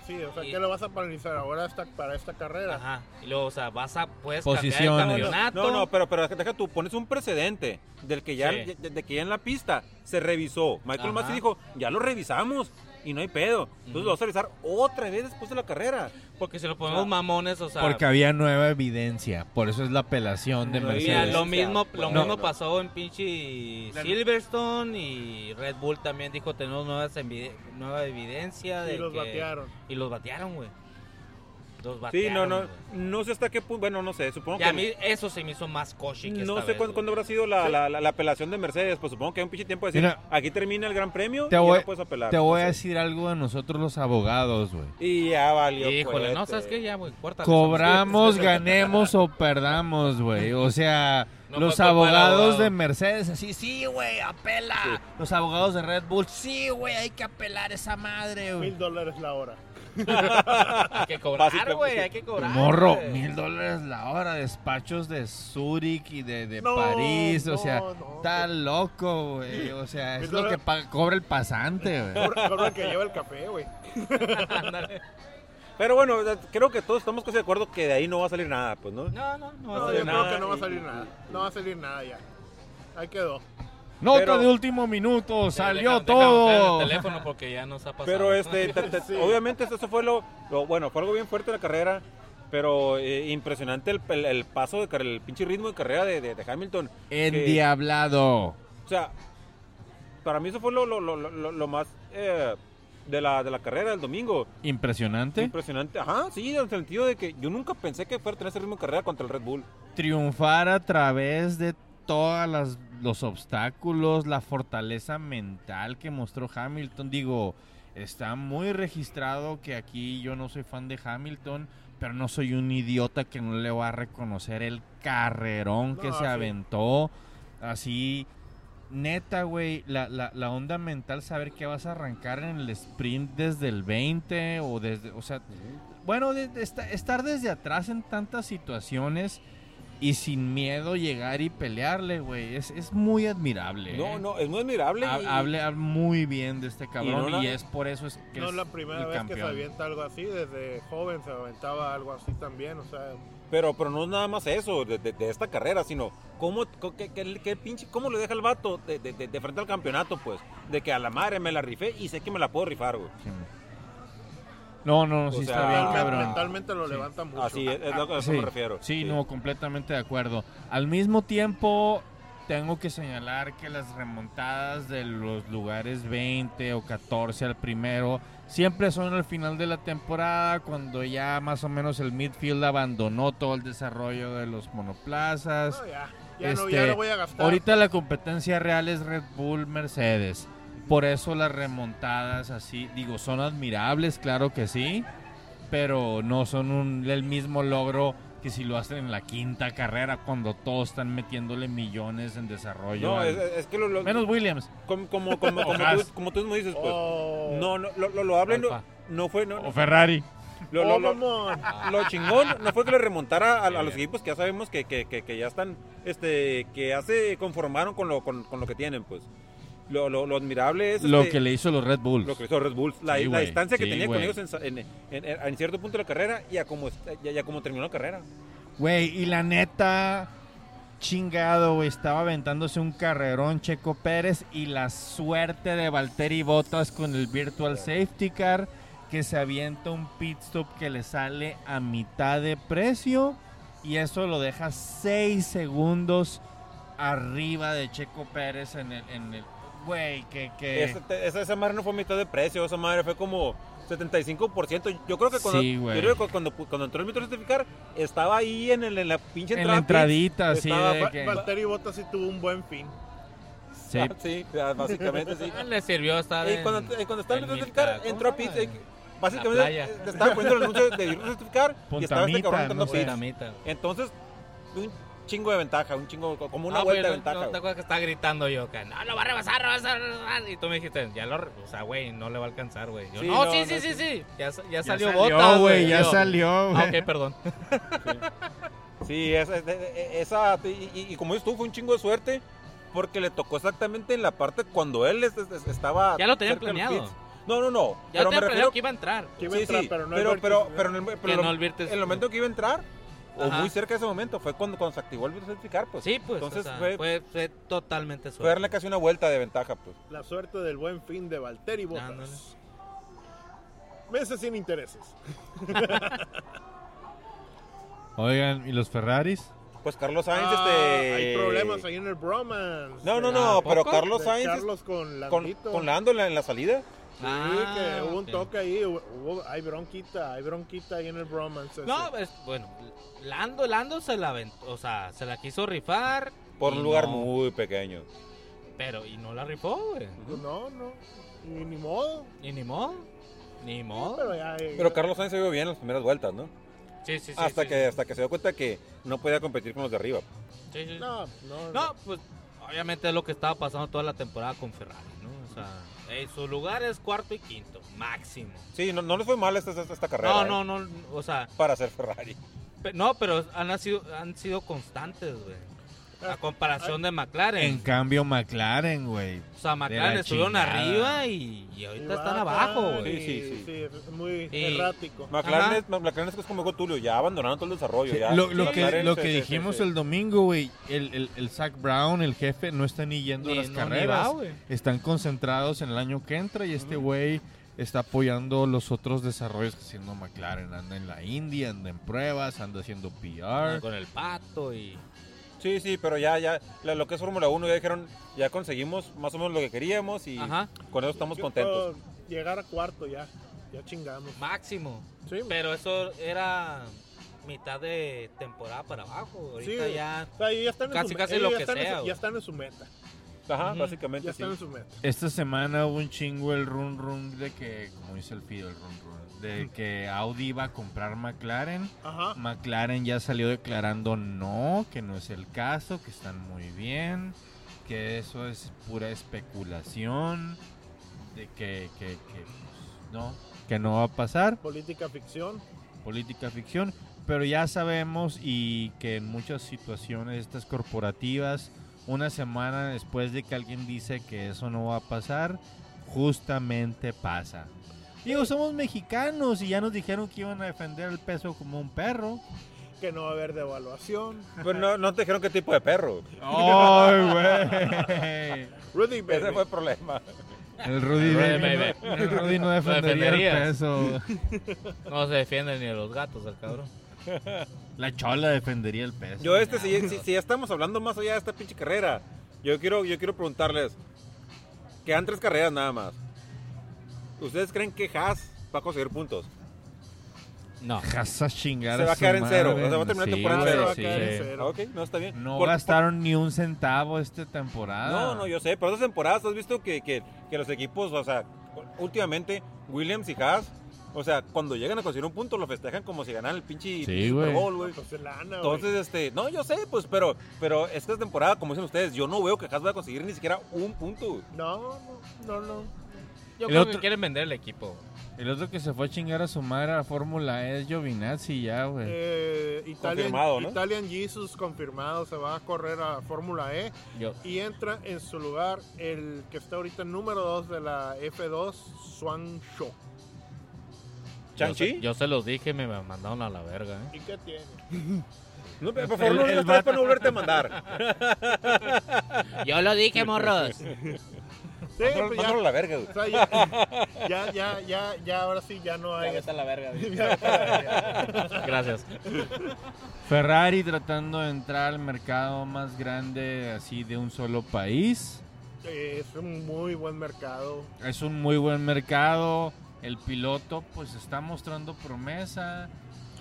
[SPEAKER 3] Sí, o sea,
[SPEAKER 4] Y-
[SPEAKER 3] que lo vas a paralizar ahora hasta, para esta carrera.
[SPEAKER 4] Ajá. Y luego, o sea, vas a puedes
[SPEAKER 1] Posiciones.
[SPEAKER 4] cambiar el campeonato.
[SPEAKER 2] No, no, pero, pero deja tú, pones un precedente del que ya,
[SPEAKER 4] Sí.
[SPEAKER 2] de, de que ya en la pista se revisó. Michael
[SPEAKER 4] Ajá.
[SPEAKER 2] Masi dijo, ya lo revisamos y no hay pedo. Entonces
[SPEAKER 4] Ujú.
[SPEAKER 2] lo vas a revisar otra vez después de la carrera.
[SPEAKER 4] Porque si lo ponemos
[SPEAKER 2] Ah.
[SPEAKER 4] mamones, o sea.
[SPEAKER 1] Porque había nueva evidencia, por eso es la apelación de
[SPEAKER 2] No,
[SPEAKER 4] Mira,
[SPEAKER 1] Mercedes.
[SPEAKER 4] lo mismo, lo
[SPEAKER 1] No.
[SPEAKER 4] mismo pasó en pinche Silverstone y Red Bull también dijo tenemos nuevas envi- nueva evidencia de
[SPEAKER 3] Y los
[SPEAKER 4] que-
[SPEAKER 3] batearon.
[SPEAKER 4] Y los batearon, güey. Los
[SPEAKER 2] Sí,
[SPEAKER 4] batearon.
[SPEAKER 2] no, no,
[SPEAKER 4] güey.
[SPEAKER 2] no sé hasta qué punto, bueno, no sé, supongo
[SPEAKER 4] Y
[SPEAKER 2] que...
[SPEAKER 4] a mí eso se me hizo más coche que
[SPEAKER 2] No
[SPEAKER 4] esta
[SPEAKER 2] sé
[SPEAKER 4] vez,
[SPEAKER 2] cuándo,
[SPEAKER 4] güey.
[SPEAKER 2] cuándo habrá sido la,
[SPEAKER 3] Sí.
[SPEAKER 2] la- la- la apelación de Mercedes, pues supongo que hay un pinche tiempo de decir,
[SPEAKER 1] Mira,
[SPEAKER 2] aquí termina el Gran Premio
[SPEAKER 1] te
[SPEAKER 2] y ya
[SPEAKER 1] voy-
[SPEAKER 2] no puedes apelar.
[SPEAKER 1] Te voy a
[SPEAKER 2] No
[SPEAKER 4] pues,
[SPEAKER 2] sé.
[SPEAKER 1] decir algo de nosotros los abogados, güey.
[SPEAKER 2] Y ya valió. pues, este.
[SPEAKER 4] Híjole, no,
[SPEAKER 2] cohete.
[SPEAKER 4] ¿sabes qué? Ya, güey, córtale.
[SPEAKER 1] Cobramos, ganemos o perdamos, güey. O sea,
[SPEAKER 4] No
[SPEAKER 1] los
[SPEAKER 4] fue culpa del
[SPEAKER 1] abogados
[SPEAKER 4] abogado.
[SPEAKER 1] de Mercedes, así, sí, güey, apela. Los abogados de Red Bull, sí, güey, hay que apelar esa madre, güey.
[SPEAKER 3] Mil dólares la hora.
[SPEAKER 4] Hay que cobrar,
[SPEAKER 2] Básicamente.
[SPEAKER 4] güey, hay que cobrar.
[SPEAKER 1] Morro,
[SPEAKER 4] güey.
[SPEAKER 1] mil dólares la hora, despachos de Zúrich y de, de
[SPEAKER 3] No,
[SPEAKER 1] París, o
[SPEAKER 3] no,
[SPEAKER 1] sea,
[SPEAKER 3] no.
[SPEAKER 1] está loco, güey, o sea, es
[SPEAKER 3] Mil
[SPEAKER 1] lo que
[SPEAKER 3] dólares.
[SPEAKER 1] pa- cobra el pasante, güey.
[SPEAKER 3] Cobra- cobra el que lleva el café, güey.
[SPEAKER 4] Ándale.
[SPEAKER 2] Pero bueno, creo que todos estamos casi de acuerdo que de ahí no va a salir nada, pues, ¿no?
[SPEAKER 4] No, no, no.
[SPEAKER 3] No,
[SPEAKER 2] salió
[SPEAKER 3] yo
[SPEAKER 4] no,
[SPEAKER 3] creo
[SPEAKER 2] nada
[SPEAKER 3] que no va a
[SPEAKER 2] y-
[SPEAKER 3] salir nada. No va a salir nada ya. Ahí quedó.
[SPEAKER 1] Nota
[SPEAKER 2] Pero-
[SPEAKER 1] de último minuto,
[SPEAKER 4] Sí,
[SPEAKER 1] salió
[SPEAKER 4] Eh, deja- deja
[SPEAKER 1] todo.
[SPEAKER 4] botar el teléfono porque ya nos ha pasado.
[SPEAKER 2] Pero este, ta- ta-
[SPEAKER 3] Sí.
[SPEAKER 2] obviamente esto fue lo, lo- bueno, fue algo bien fuerte la carrera, pero eh, impresionante el, el- el paso de carrera, el pinche ritmo de carrera de, de- de Hamilton.
[SPEAKER 1] Endiablado.
[SPEAKER 2] O sea, para mí eso fue lo, lo- lo- lo- lo más eh, de, la, de la carrera del domingo.
[SPEAKER 1] Impresionante.
[SPEAKER 2] Impresionante. Ajá, sí, en el sentido de que yo nunca pensé que fuera a tener ese ritmo de carrera contra el Red Bull.
[SPEAKER 1] triunfar a través de todos los obstáculos, la fortaleza mental que mostró Hamilton. Digo, está muy registrado que aquí yo no soy fan de Hamilton, pero no soy un idiota que no le va a reconocer el carrerón que
[SPEAKER 3] No,
[SPEAKER 1] se
[SPEAKER 3] sí.
[SPEAKER 1] aventó. Así, neta, güey, la, la, la onda mental, saber que vas a arrancar en el sprint desde el 20 o desde, o sea, bueno, de- de esta- estar desde atrás en tantas situaciones y sin miedo llegar y pelearle, güey, es, es muy admirable.
[SPEAKER 2] No,
[SPEAKER 1] eh.
[SPEAKER 2] no, es muy admirable.
[SPEAKER 1] Ha-
[SPEAKER 2] y-
[SPEAKER 1] hable hable muy bien de este cabrón y,
[SPEAKER 2] no la-
[SPEAKER 1] es por eso es que
[SPEAKER 3] No es
[SPEAKER 1] es
[SPEAKER 3] la primera
[SPEAKER 1] el
[SPEAKER 3] vez que se
[SPEAKER 1] campeón.
[SPEAKER 3] avienta algo así, desde joven se aventaba algo así también, o sea,
[SPEAKER 2] Pero, pero no es nada más eso de, de- de esta carrera, sino cómo, co- qué, qué- qué pinche, cómo le deja el vato de, de- de- de frente al campeonato, pues. De que a la madre me la rifé y sé que me la puedo rifar, güey.
[SPEAKER 1] Sí. No, no, sí
[SPEAKER 2] O
[SPEAKER 1] está
[SPEAKER 2] sea,
[SPEAKER 1] bien,
[SPEAKER 3] mentalmente,
[SPEAKER 1] cabrón.
[SPEAKER 3] mentalmente lo
[SPEAKER 1] Sí.
[SPEAKER 3] levanta mucho.
[SPEAKER 2] Así es, es lo que a eso
[SPEAKER 1] Sí,
[SPEAKER 2] me refiero.
[SPEAKER 1] Sí, no, completamente de acuerdo. Al mismo tiempo, tengo que señalar que las remontadas de los lugares 20 o 14 al primero siempre son al final de la temporada, cuando ya más o menos el midfield abandonó todo el desarrollo de los monoplazas.
[SPEAKER 3] No, ya, ya no, ya
[SPEAKER 1] Este,
[SPEAKER 3] lo voy a gastar.
[SPEAKER 1] Ahorita la competencia real es Red Bull Mercedes. Por eso las remontadas así, digo, son admirables, claro que sí, pero no son un- el mismo logro que si lo hacen en la quinta carrera cuando todos están metiéndole millones en desarrollo.
[SPEAKER 2] No,
[SPEAKER 1] al-
[SPEAKER 2] es, es que lo, lo-
[SPEAKER 1] Menos Williams
[SPEAKER 2] como, como, como, como
[SPEAKER 1] Ojas.
[SPEAKER 2] tú, como tú mismo dices, pues.
[SPEAKER 3] Oh,
[SPEAKER 2] No, no, lo, lo, lo hablen, no,
[SPEAKER 1] Alfa.
[SPEAKER 2] no fue, no,
[SPEAKER 1] o
[SPEAKER 2] no,
[SPEAKER 1] Ferrari.
[SPEAKER 2] lo,
[SPEAKER 3] oh,
[SPEAKER 2] lo- lo-
[SPEAKER 3] mamón.
[SPEAKER 2] lo chingón no fue que le remontara a, a los equipos que ya sabemos que, que- que- que ya están, este, que ya se conformaron con lo, con, con lo que tienen, pues. Lo, lo, lo admirable es
[SPEAKER 1] lo
[SPEAKER 2] este,
[SPEAKER 1] que le hizo los Red Bulls.
[SPEAKER 2] lo que hizo Red Bull, la,
[SPEAKER 1] Sí,
[SPEAKER 2] la
[SPEAKER 1] güey,
[SPEAKER 2] distancia que
[SPEAKER 1] sí,
[SPEAKER 2] tenía con
[SPEAKER 1] güey.
[SPEAKER 2] ellos en, sa- en, en- en- en cierto punto de la carrera y a cómo, está- y a- y a cómo terminó la carrera.
[SPEAKER 1] Güey, y la neta, chingado, güey. Estaba aventándose un carrerón Checo Pérez y la suerte de Valtteri Bottas con el Virtual Safety Car que se avienta un pit stop que le sale a mitad de precio y eso lo deja 6 segundos arriba de Checo Pérez en el... En el güey, que... que...
[SPEAKER 4] Este,
[SPEAKER 2] Esa, te- esa, esa madre no fue mitad de precio, esa madre fue como 75%. Yo creo que cuando,
[SPEAKER 1] Sí, güey.
[SPEAKER 2] yo creo que cuando, cuando entró el mito certificar, estaba ahí en, el- en la pinche
[SPEAKER 1] En la
[SPEAKER 2] entrada.
[SPEAKER 1] entradita, así
[SPEAKER 2] estaba
[SPEAKER 1] de
[SPEAKER 3] Va-
[SPEAKER 1] que...
[SPEAKER 3] Valtteri Bottas sí tuvo un buen fin.
[SPEAKER 1] Sí.
[SPEAKER 2] Ah, sí, básicamente sí.
[SPEAKER 4] Le sirvió estar
[SPEAKER 2] Y
[SPEAKER 4] en-
[SPEAKER 2] cuando, y cuando estaba en
[SPEAKER 4] en
[SPEAKER 2] el
[SPEAKER 4] Milka,
[SPEAKER 2] certificar,
[SPEAKER 4] ¿cómo
[SPEAKER 2] entró a
[SPEAKER 4] se
[SPEAKER 2] pit.
[SPEAKER 4] llama?
[SPEAKER 2] eh, Básicamente
[SPEAKER 4] La playa.
[SPEAKER 2] eh, le estaba poniendo el anuncio de ir a certificar y estaba este
[SPEAKER 1] Puntamita,
[SPEAKER 2] cabrón entrando
[SPEAKER 1] no
[SPEAKER 2] a
[SPEAKER 1] sé.
[SPEAKER 2] pit.
[SPEAKER 4] Dinamita.
[SPEAKER 2] Entonces, un chingo de ventaja, un chingo, como una
[SPEAKER 4] Ah,
[SPEAKER 2] vuelta
[SPEAKER 4] güey,
[SPEAKER 2] de
[SPEAKER 4] no-
[SPEAKER 2] ventaja.
[SPEAKER 4] No, te
[SPEAKER 2] güey.
[SPEAKER 4] acuerdas que estaba gritando yo acá, no, lo va a rebasar, lo va a rebasar. Y tú me dijiste, ya lo, re- o sea, güey, no le va a alcanzar, güey. Yo,
[SPEAKER 2] Sí,
[SPEAKER 4] no,
[SPEAKER 2] no,
[SPEAKER 4] sí,
[SPEAKER 2] no,
[SPEAKER 4] sí, sí,
[SPEAKER 2] sí.
[SPEAKER 4] sí. Ya, sa- ya
[SPEAKER 1] Ya
[SPEAKER 4] salió
[SPEAKER 1] salió,
[SPEAKER 4] Botas,
[SPEAKER 1] güey. Ya
[SPEAKER 4] Yo,
[SPEAKER 1] salió, güey.
[SPEAKER 4] Ah, ok, perdón.
[SPEAKER 2] Sí, esa, esa- esa- ah, y, y- y como dices tú, fue un chingo de suerte porque le tocó exactamente en la parte cuando él es- es- estaba.
[SPEAKER 4] Ya lo tenían
[SPEAKER 2] cerca de los
[SPEAKER 4] planeado.
[SPEAKER 2] pits. No, no, no.
[SPEAKER 4] Ya te
[SPEAKER 2] me
[SPEAKER 4] planeado
[SPEAKER 2] refiero-
[SPEAKER 4] que iba a entrar.
[SPEAKER 3] Que iba a
[SPEAKER 2] Sí,
[SPEAKER 3] entrar,
[SPEAKER 2] sí,
[SPEAKER 3] pero
[SPEAKER 2] pero,
[SPEAKER 3] no
[SPEAKER 2] pero,
[SPEAKER 3] el
[SPEAKER 2] pero,
[SPEAKER 3] Virtus,
[SPEAKER 2] en el, pero
[SPEAKER 4] Que
[SPEAKER 2] lo-
[SPEAKER 4] no el Virtus-
[SPEAKER 2] el momento que iba a entrar, o
[SPEAKER 4] Ajá.
[SPEAKER 2] muy cerca de ese momento, fue cuando, cuando se activó el virus certificar, pues.
[SPEAKER 4] Sí, pues,
[SPEAKER 2] Entonces
[SPEAKER 4] o sea,
[SPEAKER 2] fue-
[SPEAKER 4] fue, fue totalmente suerte.
[SPEAKER 2] Fue darle casi una vuelta de ventaja, pues.
[SPEAKER 3] La suerte del buen fin de Valtteri Bottas.
[SPEAKER 4] Dándole.
[SPEAKER 3] Meses sin intereses.
[SPEAKER 1] Oigan, ¿y los Ferraris?
[SPEAKER 2] Pues Carlos Sainz,
[SPEAKER 3] Ah,
[SPEAKER 2] este.
[SPEAKER 3] Hay problemas ahí en el bromance.
[SPEAKER 2] No, no,
[SPEAKER 3] De-
[SPEAKER 2] no,
[SPEAKER 4] ¿A
[SPEAKER 2] pero
[SPEAKER 4] poco?
[SPEAKER 2] Carlos
[SPEAKER 3] de
[SPEAKER 2] Sainz
[SPEAKER 3] Carlos con
[SPEAKER 2] con,
[SPEAKER 3] Landito.
[SPEAKER 2] con Lando en la, en la salida.
[SPEAKER 3] Sí,
[SPEAKER 4] Ah,
[SPEAKER 3] que hubo un
[SPEAKER 4] ok.
[SPEAKER 3] toque ahí. hubo- hay bronquita, hay bronquita ahí en el bromance.
[SPEAKER 2] pues,
[SPEAKER 3] ese.
[SPEAKER 4] No, es, bueno, Lando, Lando se la, avent- o sea, se la quiso rifar.
[SPEAKER 2] Por
[SPEAKER 4] y
[SPEAKER 2] un lugar
[SPEAKER 4] no-
[SPEAKER 2] muy pequeño.
[SPEAKER 4] Pero, y no la rifó, güey.
[SPEAKER 3] Pues No, no. Ni, ni modo.
[SPEAKER 4] Y ni modo. Ni modo.
[SPEAKER 3] Pero, ya, eh,
[SPEAKER 2] Pero Carlos Sainz se vio bien en las primeras vueltas, ¿no?
[SPEAKER 4] Sí, sí, sí.
[SPEAKER 2] hasta,
[SPEAKER 4] sí,
[SPEAKER 2] que, hasta que se dio cuenta que no podía competir con los de arriba.
[SPEAKER 4] sí, sí.
[SPEAKER 3] No, no.
[SPEAKER 4] No, pues obviamente es lo que estaba pasando toda la temporada con Ferrari, ¿no? O sea, eh, su lugar es cuarto y quinto, máximo.
[SPEAKER 2] Sí, no, no les fue mal esta, esta, esta carrera.
[SPEAKER 4] No,
[SPEAKER 2] ¿eh?
[SPEAKER 4] no, no, o sea,
[SPEAKER 2] Para ser Ferrari.
[SPEAKER 4] pe- no, pero han sido, han sido constantes, güey. A comparación de McLaren.
[SPEAKER 1] Ah, En cambio, McLaren, güey.
[SPEAKER 4] o sea,
[SPEAKER 1] de
[SPEAKER 4] McLaren
[SPEAKER 1] la
[SPEAKER 4] estuvieron
[SPEAKER 1] chingada.
[SPEAKER 4] arriba y, y
[SPEAKER 3] Y
[SPEAKER 4] ahorita
[SPEAKER 3] va
[SPEAKER 4] están
[SPEAKER 3] acá, eh,
[SPEAKER 4] abajo,
[SPEAKER 2] Sí,
[SPEAKER 4] güey.
[SPEAKER 2] sí, sí.
[SPEAKER 3] Sí, es muy
[SPEAKER 4] Y-
[SPEAKER 3] errático.
[SPEAKER 2] McLaren
[SPEAKER 4] Ajá.
[SPEAKER 2] es, McLaren es como dijo Tulio, ya abandonaron todo el desarrollo. ya.
[SPEAKER 1] Lo, lo que,
[SPEAKER 2] McLaren
[SPEAKER 1] lo
[SPEAKER 2] se-
[SPEAKER 1] que
[SPEAKER 2] se-
[SPEAKER 1] dijimos
[SPEAKER 2] se-
[SPEAKER 1] el domingo, güey, el, el, el Zach Brown, el jefe, no está ni yendo a
[SPEAKER 4] Ni-
[SPEAKER 1] las
[SPEAKER 4] no, ni
[SPEAKER 1] carreras.
[SPEAKER 4] va, güey.
[SPEAKER 1] Están concentrados en el año que entra y este güey está apoyando los otros desarrollos que está haciendo McLaren. Anda en la India, anda en pruebas, anda haciendo PR.
[SPEAKER 4] Con el pato y...
[SPEAKER 2] Sí, sí, pero ya, ya, la- lo que es Fórmula 1 ya dijeron, ya conseguimos más o menos lo que queríamos y
[SPEAKER 4] Ajá,
[SPEAKER 2] con eso estamos
[SPEAKER 3] Yo
[SPEAKER 2] contentos.
[SPEAKER 3] puedo Llegar a cuarto ya. Ya chingamos.
[SPEAKER 4] máximo.
[SPEAKER 3] Sí,
[SPEAKER 4] Pero eso era mitad de temporada para abajo. Ahorita
[SPEAKER 3] Sí.
[SPEAKER 4] ya...
[SPEAKER 3] o sea, ya están en
[SPEAKER 4] Casi,
[SPEAKER 3] su-
[SPEAKER 4] casi
[SPEAKER 3] ellos
[SPEAKER 4] lo
[SPEAKER 3] ya
[SPEAKER 4] que
[SPEAKER 3] están en
[SPEAKER 4] sea,
[SPEAKER 3] su-
[SPEAKER 4] güey.
[SPEAKER 3] ya están en su meta.
[SPEAKER 2] Ajá,
[SPEAKER 4] Ujú.
[SPEAKER 2] básicamente
[SPEAKER 3] Ya
[SPEAKER 2] sí.
[SPEAKER 3] están en su meta.
[SPEAKER 1] Esta semana hubo un chingo el run run de que, como dice el Fido, el run run, de que Audi iba a comprar McLaren.
[SPEAKER 3] Ajá.
[SPEAKER 1] McLaren ya salió declarando no, que no es el caso, que están muy bien. que eso es pura especulación, de que, que, que, pues, no, que no va a pasar,
[SPEAKER 3] Política ficción.
[SPEAKER 1] política ficción, pero ya sabemos y que en muchas situaciones estas corporativas, una semana después de que alguien dice que eso no va a pasar, justamente pasa. Digo, somos mexicanos y ya nos dijeron que iban a defender el peso como un perro.
[SPEAKER 3] Que no va a haber devaluación.
[SPEAKER 2] Pero no, no te dijeron qué tipo de perro.
[SPEAKER 1] ¡Ay, güey!
[SPEAKER 3] Rudy,
[SPEAKER 2] Ese
[SPEAKER 3] baby.
[SPEAKER 2] fue el problema.
[SPEAKER 1] El Rudy,
[SPEAKER 4] El Rudy
[SPEAKER 1] Baby
[SPEAKER 4] Baby.
[SPEAKER 1] no- el Rudy no defendería el
[SPEAKER 4] defenderías.
[SPEAKER 1] peso.
[SPEAKER 4] No se defienden ni los gatos, el cabrón.
[SPEAKER 1] La chola defendería el peso.
[SPEAKER 2] Yo este, si, si- si ya estamos hablando más allá de esta pinche carrera, yo quiero, yo quiero preguntarles, quedan tres carreras nada más. ¿Ustedes creen que Haas va a conseguir puntos?
[SPEAKER 4] No.
[SPEAKER 1] Vas a chingar
[SPEAKER 2] Se
[SPEAKER 1] a
[SPEAKER 2] va a
[SPEAKER 1] su
[SPEAKER 2] quedar en cero,
[SPEAKER 1] madre.
[SPEAKER 2] o sea, va a terminar
[SPEAKER 1] Sí,
[SPEAKER 2] temporada
[SPEAKER 1] güey,
[SPEAKER 2] cero,
[SPEAKER 3] va a
[SPEAKER 1] sí.
[SPEAKER 3] quedar en
[SPEAKER 1] Sí.
[SPEAKER 3] cero.
[SPEAKER 2] Ah, ok, no está bien.
[SPEAKER 1] No
[SPEAKER 2] Por-
[SPEAKER 1] gastaron ni un centavo esta temporada.
[SPEAKER 2] No, no, yo sé, pero otras temporadas has visto que, que- que los equipos, o sea, últimamente Williams y Haas, o sea, cuando llegan a conseguir un punto lo festejan como si ganaran el
[SPEAKER 1] Sí,
[SPEAKER 2] pinche Super
[SPEAKER 1] güey.
[SPEAKER 2] Bowl, güey.
[SPEAKER 3] Pues, lana, güey.
[SPEAKER 2] Entonces, este, no, yo sé, pues, pero, pero esta temporada, como dicen ustedes, yo no veo que Haas vaya a conseguir ni siquiera un punto.
[SPEAKER 3] No, no, no, no.
[SPEAKER 4] Yo
[SPEAKER 1] El
[SPEAKER 4] creo que
[SPEAKER 1] otro-
[SPEAKER 4] quieren vender el equipo.
[SPEAKER 1] El otro que se fue a chingar a su madre a la fórmula E es Giovinazzi ya, güey.
[SPEAKER 3] Eh, Italian,
[SPEAKER 2] Confirmado, ¿no?
[SPEAKER 3] Italian Jesus confirmado se va a correr a Fórmula E
[SPEAKER 4] Yo.
[SPEAKER 3] y entra en su lugar el que está ahorita número 2 de la F2, Swan Show.
[SPEAKER 4] Yo
[SPEAKER 2] ¿Chanchi?
[SPEAKER 4] se, yo se los dije y me mandaron a la verga, ¿eh?
[SPEAKER 3] ¿Y qué tiene?
[SPEAKER 2] No, pero por favor, no
[SPEAKER 1] El- el
[SPEAKER 2] digas
[SPEAKER 1] vato-
[SPEAKER 2] para no volverte a mandar.
[SPEAKER 4] Yo lo dije, morros.
[SPEAKER 3] Sí,
[SPEAKER 2] Mándalo
[SPEAKER 3] pues ya,
[SPEAKER 2] mándalo a la verga, güey.
[SPEAKER 3] o sea, ya, ya, ya, ya, ya, ahora sí, ya no hay.
[SPEAKER 4] la verga.
[SPEAKER 3] Ya vete a la verga.
[SPEAKER 4] Gracias.
[SPEAKER 1] Ferrari tratando de entrar al mercado más grande así de un solo país.
[SPEAKER 3] Eh, es un muy buen mercado.
[SPEAKER 1] Es un muy buen mercado. El piloto pues está mostrando promesa.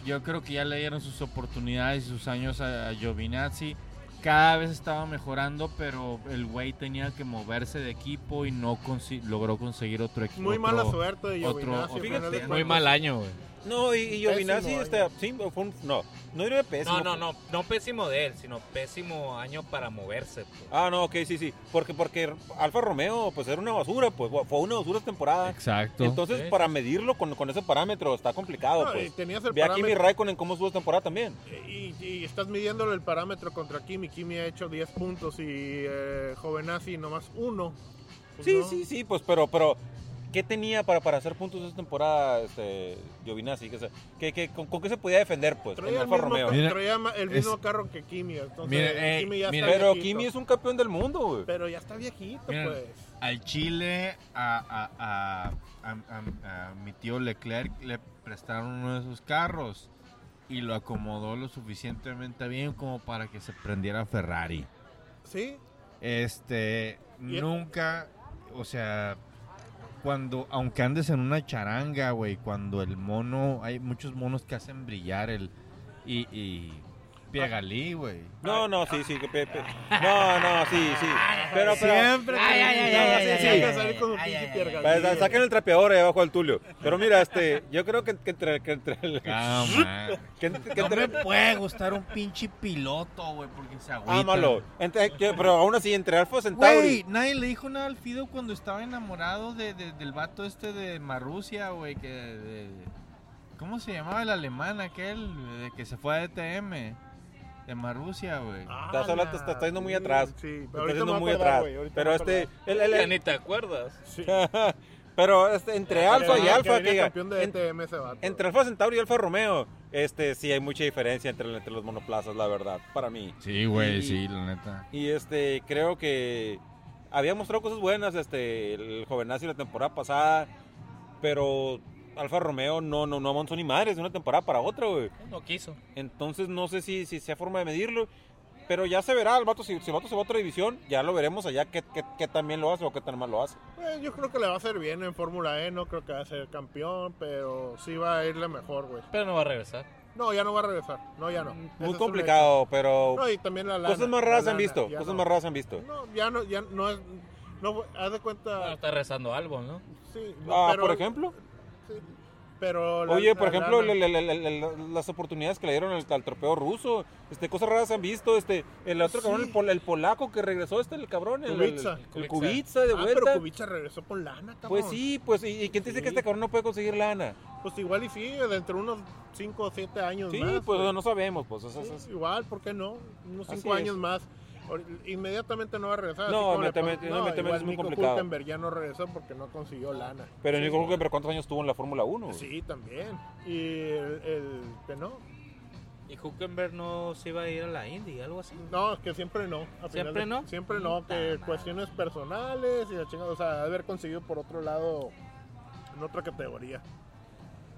[SPEAKER 1] Yo creo que ya le dieron sus oportunidades y sus años a, a Giovinazzi. Cada vez estaba mejorando, pero el güey tenía que moverse de equipo y no consi- logró conseguir otro equipo.
[SPEAKER 3] Muy mala suerte de
[SPEAKER 1] otro-
[SPEAKER 3] Giovinazzi.
[SPEAKER 1] otro-
[SPEAKER 3] al final de
[SPEAKER 1] Fíjate,
[SPEAKER 4] Muy
[SPEAKER 3] cuentas.
[SPEAKER 4] mal año, güey.
[SPEAKER 2] No, y, y Giovinazzi,
[SPEAKER 3] Pésimo
[SPEAKER 2] este,
[SPEAKER 3] año.
[SPEAKER 2] sí, fue un, no, no era pésimo.
[SPEAKER 4] No, no, no. No pésimo de él, sino pésimo año para moverse. pues.
[SPEAKER 2] Ah, no, ok, sí, sí. Porque, porque Alfa Romeo, pues, era una basura, pues, fue una basura esta temporada.
[SPEAKER 1] Exacto.
[SPEAKER 2] Entonces,
[SPEAKER 4] Sí.
[SPEAKER 2] para medirlo con, con ese parámetro está complicado,
[SPEAKER 3] No, y
[SPEAKER 2] pues.
[SPEAKER 3] tenías el
[SPEAKER 2] Ve aquí mi
[SPEAKER 3] parámetro-
[SPEAKER 2] Raikkonen cómo estuvo esta temporada también.
[SPEAKER 3] Y, y estás midiéndole el parámetro contra Kimi. Kimi ha hecho 10 puntos y eh, Jovenazzi nomás uno. Pues
[SPEAKER 2] Sí,
[SPEAKER 3] no.
[SPEAKER 2] sí, sí, pues, pero, pero, ¿qué tenía para, para hacer puntos esta temporada, este, Giovinazzi? Que se- que- que- con, con qué se podía defender, pues, en
[SPEAKER 3] Traía el,
[SPEAKER 2] Alfa
[SPEAKER 3] mismo,
[SPEAKER 2] Romeo?
[SPEAKER 3] ca-
[SPEAKER 1] Mira,
[SPEAKER 3] traía ma- el mismo
[SPEAKER 1] es-
[SPEAKER 3] carro que Kimi. Entonces,
[SPEAKER 1] Mira, eh,
[SPEAKER 3] Kimi ya
[SPEAKER 1] mira.
[SPEAKER 3] está
[SPEAKER 2] Pero
[SPEAKER 3] viejito.
[SPEAKER 2] Kimi es un campeón del mundo, güey.
[SPEAKER 3] Pero ya está viejito,
[SPEAKER 1] Mira.
[SPEAKER 3] pues.
[SPEAKER 1] al Chile, a, a- a- a- a- a mi tío Leclerc le prestaron uno de sus carros y lo acomodó lo suficientemente bien como para que se prendiera Ferrari.
[SPEAKER 3] Sí,
[SPEAKER 1] Este,
[SPEAKER 3] Y-
[SPEAKER 1] nunca, o sea, cuando, aunque andes en una charanga, güey, cuando el mono, hay muchos monos que hacen brillar el, y, y
[SPEAKER 4] Ah.
[SPEAKER 1] Piegalí, güey.
[SPEAKER 2] No, no, sí, sí. que pe- pe- No, no, sí, sí. Pero, pero.
[SPEAKER 1] Siempre.
[SPEAKER 4] Ay, ay, ay, ay, ay,
[SPEAKER 3] No, sí,
[SPEAKER 4] ay,
[SPEAKER 3] sí,
[SPEAKER 4] ay,
[SPEAKER 3] va a
[SPEAKER 4] ay,
[SPEAKER 3] salir con un
[SPEAKER 4] ay,
[SPEAKER 3] pinche
[SPEAKER 4] ay,
[SPEAKER 3] pierga.
[SPEAKER 4] ay,
[SPEAKER 2] Pa- sa- Saquen el trapeador ahí abajo al Tulio. Pero mira, este, yo creo que, que entre, que entre el-
[SPEAKER 1] Cama.
[SPEAKER 2] que- que
[SPEAKER 1] No me
[SPEAKER 2] entre-
[SPEAKER 1] puede gustar un pinche piloto, güey, porque se agüita.
[SPEAKER 2] ámalo. ah, Entre- que- pero aún así, entre Alfa
[SPEAKER 1] Güey,
[SPEAKER 2] Centauri.
[SPEAKER 1] nadie le dijo nada al Fido cuando estaba enamorado de, de- del vato este de Marrusia, güey, que... de- ¿Cómo se llamaba el alemán aquel? De que se fue a DTM. De Marrusia, güey.
[SPEAKER 3] Ah,
[SPEAKER 2] Estás hablando-
[SPEAKER 3] la-
[SPEAKER 2] te estás yendo muy atrás.
[SPEAKER 3] Ah, Sí, pero
[SPEAKER 2] Está
[SPEAKER 3] ahorita
[SPEAKER 2] yendo
[SPEAKER 3] me voy a
[SPEAKER 2] muy
[SPEAKER 3] acordar,
[SPEAKER 2] atrás.
[SPEAKER 3] güey, ahorita
[SPEAKER 2] Pero
[SPEAKER 3] me voy a
[SPEAKER 2] este.
[SPEAKER 3] acordar.
[SPEAKER 2] el- el-
[SPEAKER 4] Ya ni te acuerdas.
[SPEAKER 3] Sí.
[SPEAKER 2] pero este, entre Alfa y
[SPEAKER 3] Que
[SPEAKER 2] Alfa.
[SPEAKER 3] venía
[SPEAKER 2] Que,
[SPEAKER 3] campeón de
[SPEAKER 2] en-
[SPEAKER 3] DTM ese vato.
[SPEAKER 2] entre Alfa Centauri y Alfa Romeo, este, sí hay mucha diferencia entre, entre los monoplazas, la verdad, para mí.
[SPEAKER 1] Sí,
[SPEAKER 2] güey, sí,
[SPEAKER 1] la neta.
[SPEAKER 2] Y este, creo que había mostrado cosas buenas este, el Jovenazzi la temporada pasada, pero Alfa Romeo no, no, no avanzó ni madres de una temporada para otra, güey.
[SPEAKER 4] No quiso.
[SPEAKER 2] Entonces no sé si, si sea forma de medirlo, pero ya se verá, el vato, si, si el vato se va a otra división, ya lo veremos allá qué, qué, qué tan bien lo hace o qué tan mal lo hace.
[SPEAKER 3] Eh, yo creo que le va a hacer bien en Fórmula E. No creo que va a ser campeón, pero sí va a irle mejor, güey.
[SPEAKER 4] Pero no va a regresar.
[SPEAKER 3] No, ya no va a regresar. No, ya no. Ese es
[SPEAKER 2] Mm, Muy
[SPEAKER 3] un
[SPEAKER 2] complicado,
[SPEAKER 3] hecho.
[SPEAKER 2] pero
[SPEAKER 3] No, y también la lana,
[SPEAKER 2] cosas más
[SPEAKER 3] la
[SPEAKER 2] raras se han
[SPEAKER 3] lana,
[SPEAKER 2] visto,
[SPEAKER 3] ya
[SPEAKER 2] cosas
[SPEAKER 3] no.
[SPEAKER 2] más raras se han visto.
[SPEAKER 3] No, ya no, ya no es. No, haz de
[SPEAKER 4] No
[SPEAKER 3] cuenta.
[SPEAKER 4] está rezando algo, ¿no?
[SPEAKER 3] Sí,
[SPEAKER 2] Ah,
[SPEAKER 3] pero-
[SPEAKER 2] por ejemplo,
[SPEAKER 3] sí, Pero la-
[SPEAKER 2] Oye, por
[SPEAKER 3] la
[SPEAKER 2] ejemplo,
[SPEAKER 3] lana-
[SPEAKER 2] la- la- la- la- la- las oportunidades que le dieron al, al torpeo ruso, este, cosas raras se han visto, este, el otro
[SPEAKER 3] Sí.
[SPEAKER 2] cabrón, el, pol- el polaco que regresó, este, el cabrón, el, el-
[SPEAKER 3] Kubica.
[SPEAKER 2] el Kubica de
[SPEAKER 3] Ah,
[SPEAKER 2] vuelta.
[SPEAKER 3] pero Kubica regresó con lana, cabrón.
[SPEAKER 2] pues sí, pues, ¿y, y quién te dice que
[SPEAKER 3] Sí.
[SPEAKER 2] este cabrón no puede conseguir lana?
[SPEAKER 3] Pues igual y sí, dentro de unos 5 o 7 años
[SPEAKER 2] Sí,
[SPEAKER 3] más.
[SPEAKER 2] pues
[SPEAKER 3] güey.
[SPEAKER 2] no sabemos, pues, o sea,
[SPEAKER 3] Sí,
[SPEAKER 2] es-
[SPEAKER 3] Igual, ¿por qué no? Unos
[SPEAKER 2] Así
[SPEAKER 3] 5
[SPEAKER 2] es.
[SPEAKER 3] años más. Or- Inmediatamente no va a regresar. así
[SPEAKER 2] No,
[SPEAKER 3] como le
[SPEAKER 2] inmediatamente-
[SPEAKER 3] pasó-
[SPEAKER 2] no, inmediatamente
[SPEAKER 3] igual
[SPEAKER 2] es muy
[SPEAKER 3] Nico
[SPEAKER 2] complicado.
[SPEAKER 3] Hülkenberg ya no regresó porque no consiguió lana.
[SPEAKER 2] pero
[SPEAKER 3] Sí.
[SPEAKER 2] Nico Hulkenberg, pues. ¿cuántos años tuvo en la Fórmula 1? güey?
[SPEAKER 3] Sí, también. Y el, el que no.
[SPEAKER 4] Y Huckenberg no se iba a ir a la Indy, algo así.
[SPEAKER 3] No, que siempre no. a final
[SPEAKER 4] ¿Siempre
[SPEAKER 3] de-
[SPEAKER 4] no?
[SPEAKER 3] Siempre no,
[SPEAKER 4] Puta
[SPEAKER 3] que
[SPEAKER 4] madre.
[SPEAKER 3] cuestiones personales y la chingada. O sea, haber conseguido por otro lado en otra categoría.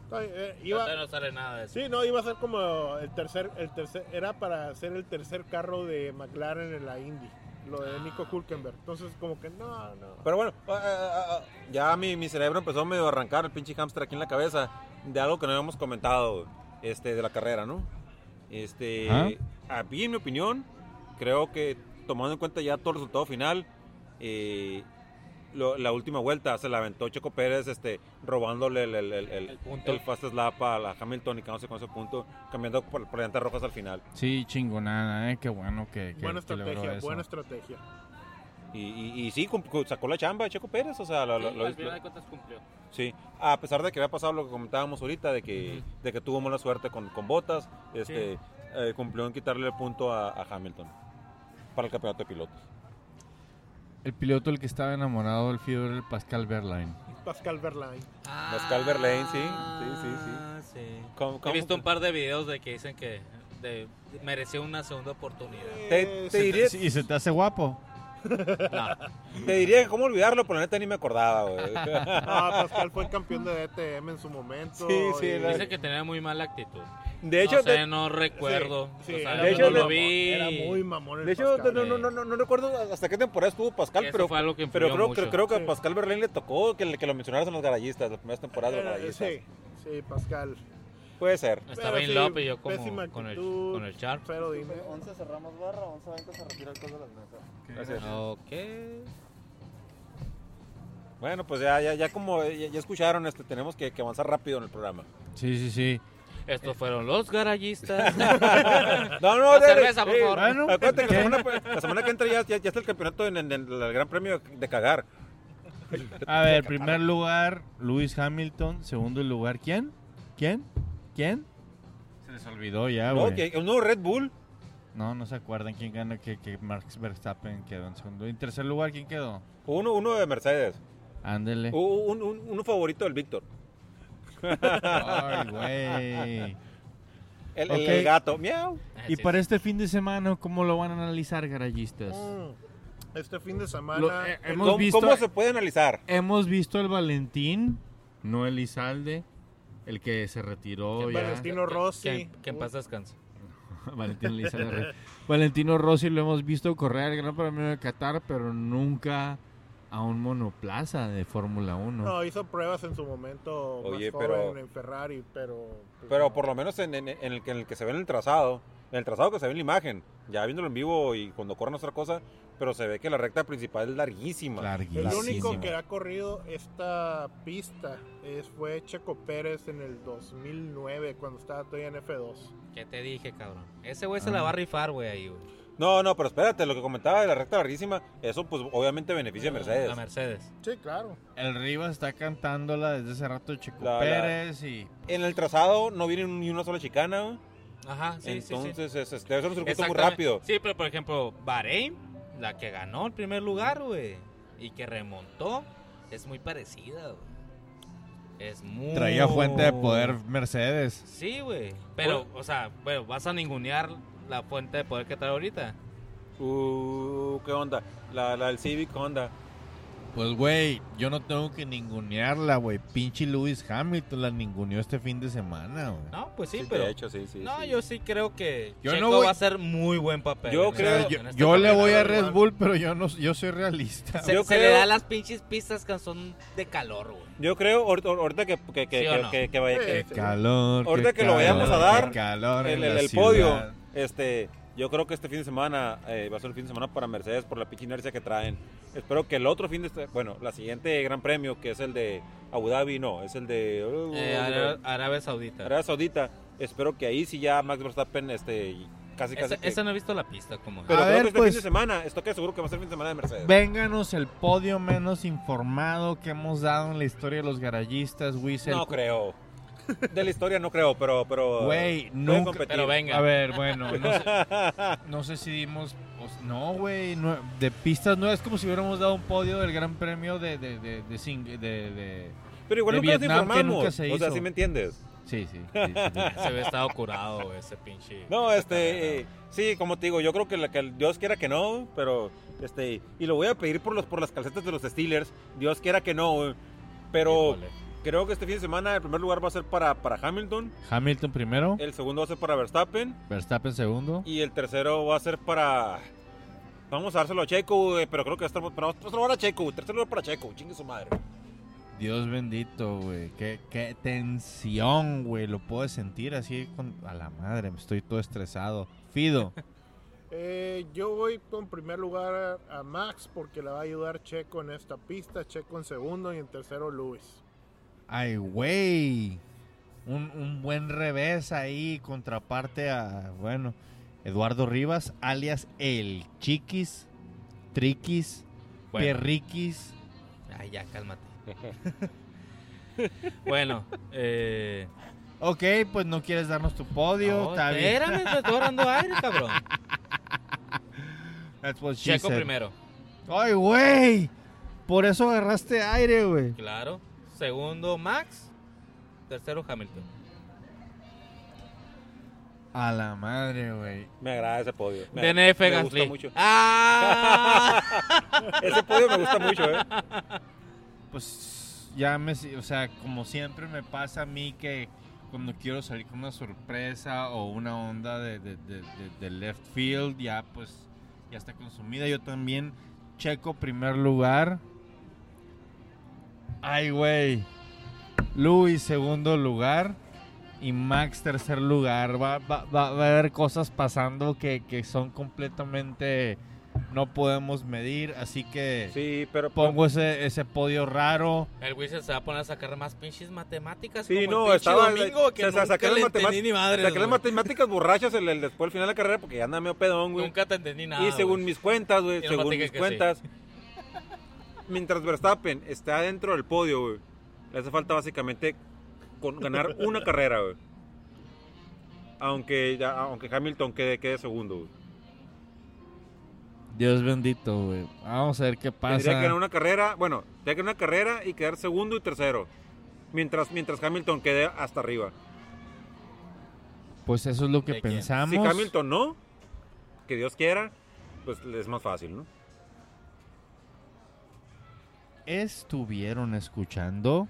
[SPEAKER 3] Está bien, eh, iba,
[SPEAKER 4] No sale nada de eso.
[SPEAKER 3] Sí, no, iba a ser como el tercer, el tercer, era para ser el tercer carro de McLaren en la Indy, lo de
[SPEAKER 4] Ah,
[SPEAKER 3] Nico Hulkenberg. Entonces como que no, no.
[SPEAKER 2] Pero bueno, ah, ah, ah, ah, ya mi, mi cerebro empezó medio a arrancar el pinche hamster aquí en la cabeza de algo que no habíamos comentado este, de la carrera, ¿no? Este,
[SPEAKER 1] Ajá.
[SPEAKER 2] A mí, en mi opinión, creo que tomando en cuenta ya todo el resultado final, eh, lo- la última vuelta se la aventó Checo Pérez este, robándole el, el, el, el-
[SPEAKER 4] El punto.
[SPEAKER 2] el fast lap a la Hamilton y quedándose con ese punto, cambiando por, por llantas rojas al final.
[SPEAKER 1] Sí, chingonada, eh, qué bueno que, que-
[SPEAKER 3] buena
[SPEAKER 1] que logró
[SPEAKER 3] estrategia,
[SPEAKER 1] eso.
[SPEAKER 3] buena estrategia.
[SPEAKER 2] Y, y, y sí, cum- cum- sacó la chamba Checo Pérez, o sea, lo- lo- lo-
[SPEAKER 5] al final de cuentas cumplió.
[SPEAKER 2] Sí, a pesar de que había pasado lo que comentábamos ahorita, de que,
[SPEAKER 4] Ujú.
[SPEAKER 2] de que tuvo mala suerte con, con Botas, este, eh, cumplió en quitarle el punto a, a Hamilton para el campeonato de pilotos.
[SPEAKER 1] El piloto el que estaba enamorado del Fido era el Pascal Verlaine.
[SPEAKER 3] Pascal Verlaine.
[SPEAKER 2] Pascal Verlaine, sí, sí, sí, sí.
[SPEAKER 3] Ah,
[SPEAKER 4] sí. sí.
[SPEAKER 2] ¿Cómo-
[SPEAKER 4] He
[SPEAKER 2] cómo
[SPEAKER 4] visto un
[SPEAKER 2] te-
[SPEAKER 4] par de videos de que dicen que de- mereció una segunda oportunidad.
[SPEAKER 2] te, te
[SPEAKER 3] Eh,
[SPEAKER 2] diría,
[SPEAKER 1] Sí, ¿Y se te hace guapo?
[SPEAKER 2] te diría que cómo olvidarlo, pero la neta ni me acordaba, güey.
[SPEAKER 3] Ah, Pascal fue campeón de DTM en su momento.
[SPEAKER 2] Sí, sí,
[SPEAKER 3] y-
[SPEAKER 2] la-
[SPEAKER 4] Dicen que tenía muy mala actitud.
[SPEAKER 2] De hecho,
[SPEAKER 4] no sé,
[SPEAKER 2] te-
[SPEAKER 4] no recuerdo.
[SPEAKER 3] Sí,
[SPEAKER 4] O sea,
[SPEAKER 3] era
[SPEAKER 2] de
[SPEAKER 4] yo
[SPEAKER 2] hecho,
[SPEAKER 4] no
[SPEAKER 2] de-
[SPEAKER 4] lo vi.
[SPEAKER 3] Era muy mamón el
[SPEAKER 2] de hecho
[SPEAKER 3] Pascal. eh.
[SPEAKER 2] no, no, no, no, no recuerdo hasta qué temporada estuvo Pascal,
[SPEAKER 4] eh. Eso
[SPEAKER 2] pero,
[SPEAKER 4] fue algo que
[SPEAKER 2] pero
[SPEAKER 4] influyó
[SPEAKER 2] creo,
[SPEAKER 4] mucho.
[SPEAKER 2] creo, creo que a
[SPEAKER 3] Sí.
[SPEAKER 2] Pascal Verlaine le tocó que, le- que lo mencionaras en los garayistas, las primeras temporadas de los
[SPEAKER 3] Era-
[SPEAKER 2] garayistas.
[SPEAKER 3] Eh, sí, sí, Pascal.
[SPEAKER 2] Puede ser.
[SPEAKER 4] Estaba
[SPEAKER 3] Pero
[SPEAKER 4] en
[SPEAKER 3] sí,
[SPEAKER 4] López y yo como
[SPEAKER 3] pésima
[SPEAKER 4] con el,
[SPEAKER 3] actitud.
[SPEAKER 4] con el Char.
[SPEAKER 3] Pero dime.
[SPEAKER 5] 11 cerramos barra, 11 20 se retira el de las mesas.
[SPEAKER 2] Gracias.
[SPEAKER 4] Ok.
[SPEAKER 2] Bueno, pues ya, ya, ya como ya, ya escucharon, este, tenemos que, que avanzar rápido en el programa.
[SPEAKER 1] Sí, sí, sí.
[SPEAKER 4] Estos fueron los garayistas.
[SPEAKER 2] No, no,
[SPEAKER 4] Una
[SPEAKER 2] dale.
[SPEAKER 4] cerveza, por
[SPEAKER 2] Eh,
[SPEAKER 4] favor.
[SPEAKER 1] Bueno,
[SPEAKER 2] Acuérdate que
[SPEAKER 1] ¿qué?
[SPEAKER 2] la semana, la semana que entra ya, ya, ya está el campeonato en, en- en el Gran Premio de Cagar.
[SPEAKER 1] A ver, primer lugar, Lewis Hamilton. Segundo lugar, ¿quién? ¿Quién? ¿Quién? Se les olvidó ya,
[SPEAKER 2] No,
[SPEAKER 1] Ah, güey.
[SPEAKER 2] que, un nuevo Red Bull.
[SPEAKER 1] No, no se acuerdan quién ganó, que, que Max Verstappen quedó en segundo. En tercer lugar, ¿quién quedó?
[SPEAKER 2] Uno, uno de Mercedes.
[SPEAKER 1] Ándele.
[SPEAKER 2] U- Un, un- uno favorito del Víctor.
[SPEAKER 1] Ay, güey.
[SPEAKER 2] El, el-
[SPEAKER 1] Ok.
[SPEAKER 2] el gato. Miau.
[SPEAKER 1] Y para este fin de semana, ¿cómo lo van a analizar, garayistas?
[SPEAKER 3] Mm, Este fin de semana.
[SPEAKER 1] Lo- eh,
[SPEAKER 3] el-
[SPEAKER 1] hemos
[SPEAKER 2] ¿Cómo,
[SPEAKER 1] visto-
[SPEAKER 2] cómo se puede analizar?
[SPEAKER 1] Hemos visto el Valentín, no el Izalde, el que se retiró ya.
[SPEAKER 3] Valentino Rossi.
[SPEAKER 4] Que, que en paz descanse.
[SPEAKER 1] Valentín Elizalde Herrera. Valentino Rossi lo hemos visto correr al Gran Premio de Qatar, pero nunca a un monoplaza de Fórmula 1.
[SPEAKER 3] No, hizo pruebas en su momento
[SPEAKER 2] Oye,
[SPEAKER 3] más
[SPEAKER 2] pero-
[SPEAKER 3] joven en Ferrari, pero... pues,
[SPEAKER 2] Pero
[SPEAKER 3] no.
[SPEAKER 2] por lo menos en, en- en el, que- en el que se ve en el trazado, en el trazado que se ve en la imagen, ya viéndolo en vivo y cuando corren otra cosa, pero se ve que la recta principal es larguísima.
[SPEAKER 1] Larguísimo.
[SPEAKER 3] El único que ha corrido esta pista es, fue Checo Pérez en el 2009, cuando estaba todavía en F2.
[SPEAKER 4] ¿Qué te dije, cabrón? Ese güey se
[SPEAKER 2] Ah.
[SPEAKER 4] la va a rifar, güey, ahí, güey.
[SPEAKER 2] No, no, pero espérate, lo que comentaba de la recta larguísima, eso pues obviamente beneficia a
[SPEAKER 1] Ah,
[SPEAKER 2] Mercedes.
[SPEAKER 4] A Mercedes.
[SPEAKER 3] Sí, claro.
[SPEAKER 1] El Rivas está cantándola desde hace rato Checo
[SPEAKER 2] La- la-
[SPEAKER 1] Pérez y...
[SPEAKER 2] En el trazado no viene ni una sola chicana, ¿no?
[SPEAKER 4] Ajá, sí, sí, sí.
[SPEAKER 2] entonces es- es- debe ser un circuito muy
[SPEAKER 4] Exactamente.
[SPEAKER 2] rápido.
[SPEAKER 4] Sí, pero por ejemplo, Bahrein, la que ganó el primer lugar, güey, y que remontó, es muy parecida, güey. Es muy.
[SPEAKER 1] Traía fuente de poder Mercedes.
[SPEAKER 4] Sí, güey. Pero,
[SPEAKER 2] Pues
[SPEAKER 4] o sea, bueno, vas a ningunear la fuente de poder que trae ahorita.
[SPEAKER 2] Uh, ¿qué onda? La, la del Civic Honda.
[SPEAKER 1] Pues, güey, yo no tengo que ningunearla, güey. Pinche Lewis Hamilton la ninguneó este fin de semana, güey.
[SPEAKER 4] No, pues sí,
[SPEAKER 2] Sí,
[SPEAKER 4] pero.
[SPEAKER 2] De hecho, sí, sí.
[SPEAKER 4] no,
[SPEAKER 2] sí.
[SPEAKER 4] yo sí creo que
[SPEAKER 1] Yo
[SPEAKER 4] Checo
[SPEAKER 1] no voy-
[SPEAKER 4] va a ser muy buen papel.
[SPEAKER 2] Yo
[SPEAKER 4] en
[SPEAKER 1] O
[SPEAKER 4] esta-
[SPEAKER 1] sea,
[SPEAKER 2] creo-
[SPEAKER 1] yo
[SPEAKER 4] en esta
[SPEAKER 1] yo le
[SPEAKER 4] carrera.
[SPEAKER 1] voy a
[SPEAKER 3] carrera,
[SPEAKER 1] Red Bull, pero yo no, yo soy realista.
[SPEAKER 4] Se,
[SPEAKER 2] Yo
[SPEAKER 4] se
[SPEAKER 2] creo-
[SPEAKER 4] le da las pinches pistas que son de calor, güey.
[SPEAKER 2] Yo creo, ahor- ahor- ahorita que, que, que,
[SPEAKER 4] ¿Sí o
[SPEAKER 2] que-
[SPEAKER 4] no?
[SPEAKER 2] que- que vaya-
[SPEAKER 3] Sí.
[SPEAKER 2] que-
[SPEAKER 1] Qué calor.
[SPEAKER 2] Ahorita
[SPEAKER 1] qué
[SPEAKER 2] que lo vayamos
[SPEAKER 1] calor,
[SPEAKER 2] a dar,
[SPEAKER 1] qué calor
[SPEAKER 2] el,
[SPEAKER 1] en
[SPEAKER 2] el-
[SPEAKER 1] la
[SPEAKER 2] el podio,
[SPEAKER 1] ciudad.
[SPEAKER 2] este, Yo creo que este fin de semana eh, va a ser el fin de semana para Mercedes por la pinche inercia que traen. Espero que el otro fin de semana, bueno, la siguiente gran premio, que es el de Abu Dhabi, no, es el de uh,
[SPEAKER 4] Eh, Ara- Arabia Saudita.
[SPEAKER 2] Arabia Saudita. Espero que ahí sí ya Max Verstappen este, casi casi.
[SPEAKER 4] Esa,
[SPEAKER 2] que-
[SPEAKER 4] esa no he visto la pista como es.
[SPEAKER 2] Pero
[SPEAKER 1] A
[SPEAKER 2] creo
[SPEAKER 1] ver,
[SPEAKER 2] que este
[SPEAKER 1] pues.
[SPEAKER 2] fin de semana, estoy que seguro que va a ser fin de semana de Mercedes.
[SPEAKER 1] Vénganos el podio menos informado que hemos dado en la historia de los garayistas, Wiesel.
[SPEAKER 2] No creo. De la historia no creo, pero. pero
[SPEAKER 1] Güey,
[SPEAKER 2] pueden
[SPEAKER 1] nunca-
[SPEAKER 2] competir.
[SPEAKER 4] Pero venga.
[SPEAKER 1] A ver, bueno, no sé, no sé si dimos... pues, no, güey, no- de pistas no es como si hubiéramos dado un podio del Gran Premio de... de, de, de sing- de- de-
[SPEAKER 2] Pero igual
[SPEAKER 1] de
[SPEAKER 2] nunca
[SPEAKER 1] Vietnam,
[SPEAKER 2] nos
[SPEAKER 1] que
[SPEAKER 2] informamos.
[SPEAKER 1] nunca se
[SPEAKER 2] o sea,
[SPEAKER 1] hizo.
[SPEAKER 2] si me entiendes.
[SPEAKER 1] Sí, sí. sí, sí, sí.
[SPEAKER 4] Se había estado curado, güey, ese pinche.
[SPEAKER 2] No,
[SPEAKER 4] esa
[SPEAKER 2] este.
[SPEAKER 4] carrera.
[SPEAKER 2] eh, sí, como te digo, yo creo que, la- que el Dios quiera que no, pero. este Y lo voy a pedir por, los, por las calcetas de los Steelers. Dios quiera que no, güey. Pero
[SPEAKER 4] Híjole.
[SPEAKER 2] creo que este fin de semana el primer lugar va a ser para, para Hamilton,
[SPEAKER 1] Hamilton primero,
[SPEAKER 2] el segundo va a ser para Verstappen
[SPEAKER 1] Verstappen segundo.
[SPEAKER 2] Eh. y el tercero va a ser para. Vamos a dárselo a Checo, güey, pero creo que va a estar. Pero vamos a dárselo a Checo, tercer lugar para Checo, chingue su madre.
[SPEAKER 1] Dios bendito, güey. Qué, qué tensión, güey. Lo puedo sentir así con... A la madre, me estoy todo estresado. Fido.
[SPEAKER 3] Eh, yo voy con primer lugar a, a Max porque le va a ayudar Checo en esta pista, Checo en segundo y en tercero Luis.
[SPEAKER 1] Ay, güey. Un, un buen revés ahí, contraparte a, bueno, Eduardo Rivas, alias el Chiquis, Triquis,
[SPEAKER 4] Bueno.
[SPEAKER 1] Perriquis.
[SPEAKER 4] Ay, ya, cálmate. bueno, eh.
[SPEAKER 1] Ok, pues no quieres darnos tu podio.
[SPEAKER 4] no,
[SPEAKER 1] está bien.
[SPEAKER 4] espérame, te estoy dando aire, cabrón.
[SPEAKER 1] That's what she
[SPEAKER 4] Checo
[SPEAKER 1] said.
[SPEAKER 4] primero.
[SPEAKER 1] Ay, güey. Por eso agarraste aire, güey.
[SPEAKER 4] Claro. Segundo, Max. Tercero, Hamilton.
[SPEAKER 1] A la madre, güey.
[SPEAKER 2] Me agrada ese podio. Me,
[SPEAKER 4] DNF
[SPEAKER 2] me
[SPEAKER 4] Gasly.
[SPEAKER 2] gusta mucho.
[SPEAKER 4] ¡Ah!
[SPEAKER 2] Ese podio me gusta mucho, ¿eh?
[SPEAKER 1] Pues ya me, o sea, como siempre me pasa a mí que cuando quiero salir con una sorpresa o una onda de, de- de- de- de left field, ya pues ya está consumida. Yo también checo primer lugar. Ay, güey. Luis segundo lugar. Y Max tercer lugar. Va, va- va- va a haber cosas pasando que, que son completamente... No podemos medir, así que
[SPEAKER 2] Sí, pero. pues,
[SPEAKER 1] pongo ese, ese podio raro.
[SPEAKER 4] El Wizard se va a poner a sacar más pinches matemáticas.
[SPEAKER 2] Sí,
[SPEAKER 4] como
[SPEAKER 2] no,
[SPEAKER 4] el pinche
[SPEAKER 2] estaba.
[SPEAKER 4] domingo que
[SPEAKER 2] se- se-
[SPEAKER 4] nunca
[SPEAKER 2] saqué las
[SPEAKER 4] le
[SPEAKER 2] matemat-
[SPEAKER 4] entendí ni madre.
[SPEAKER 2] saqué las matemáticas borrachas el, el- después al final de la carrera porque ya anda medio pedón, güey.
[SPEAKER 4] Nunca te entendí nada.
[SPEAKER 2] y según
[SPEAKER 4] güey.
[SPEAKER 2] mis cuentas, güey,
[SPEAKER 4] Y nomás
[SPEAKER 2] según
[SPEAKER 4] dije
[SPEAKER 2] mis
[SPEAKER 4] que
[SPEAKER 2] cuentas, mientras Verstappen está dentro del podio, güey, le hace falta básicamente con, ganar una carrera, güey. Aunque, ya- aunque Hamilton quede, quede segundo, güey.
[SPEAKER 1] Dios bendito, güey. Vamos a ver qué
[SPEAKER 2] Tendría que
[SPEAKER 1] pasa.
[SPEAKER 2] ganar una carrera, bueno, tendría que ganar una carrera y quedar segundo y tercero. Mientras, mientras Hamilton quede hasta arriba.
[SPEAKER 1] Pues eso es lo que
[SPEAKER 4] ¿De quién?
[SPEAKER 1] pensamos.
[SPEAKER 2] Si Hamilton no, que Dios quiera, pues le es más fácil, ¿no?
[SPEAKER 1] Estuvieron escuchando.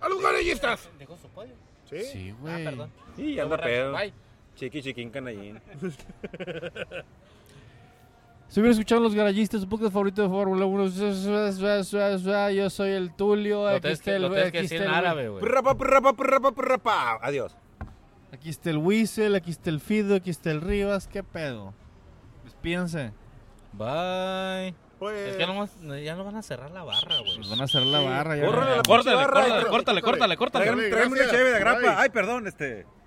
[SPEAKER 3] ¡A los garellistas!
[SPEAKER 4] Dejó su podio.
[SPEAKER 3] ¿Sí?
[SPEAKER 1] Sí,
[SPEAKER 4] Ah,
[SPEAKER 1] güey.
[SPEAKER 4] perdón.
[SPEAKER 2] Y anda pedo.
[SPEAKER 4] Bye.
[SPEAKER 2] Chiqui, chiquín, canallín.
[SPEAKER 1] Estuvieron escuchando los garayistas, su podcast favorito de Fórmula 1. Zua, zua, zua, zua, zua. Yo soy el Tulio.
[SPEAKER 4] Lo
[SPEAKER 1] Aquí
[SPEAKER 4] tienes
[SPEAKER 1] está
[SPEAKER 4] que,
[SPEAKER 1] el
[SPEAKER 4] lo tienes que
[SPEAKER 1] aquí
[SPEAKER 4] decir en
[SPEAKER 1] está el-
[SPEAKER 4] árabe,
[SPEAKER 3] Pues
[SPEAKER 4] güey.
[SPEAKER 2] Prrapa, prrapa, prrapa, prrapa. Adiós.
[SPEAKER 1] aquí está el Whistle, aquí está el Fido, aquí está el Rivas. ¿Qué pedo? Pues piense.
[SPEAKER 4] Bye.
[SPEAKER 3] Pues,
[SPEAKER 4] Es que nomás- ya no van a cerrar la barra,
[SPEAKER 1] Nos
[SPEAKER 4] güey.
[SPEAKER 1] Pues van a hacer la barra. ya.
[SPEAKER 2] Córrele la
[SPEAKER 4] Córtale,
[SPEAKER 2] pinche barra,
[SPEAKER 4] córtale,
[SPEAKER 2] hijo.
[SPEAKER 4] córtale, córtale, córtale.
[SPEAKER 2] Tráigame tráigame una
[SPEAKER 3] gracias.
[SPEAKER 2] chévere de
[SPEAKER 3] Bye.
[SPEAKER 2] grapa. Ay, perdón, este.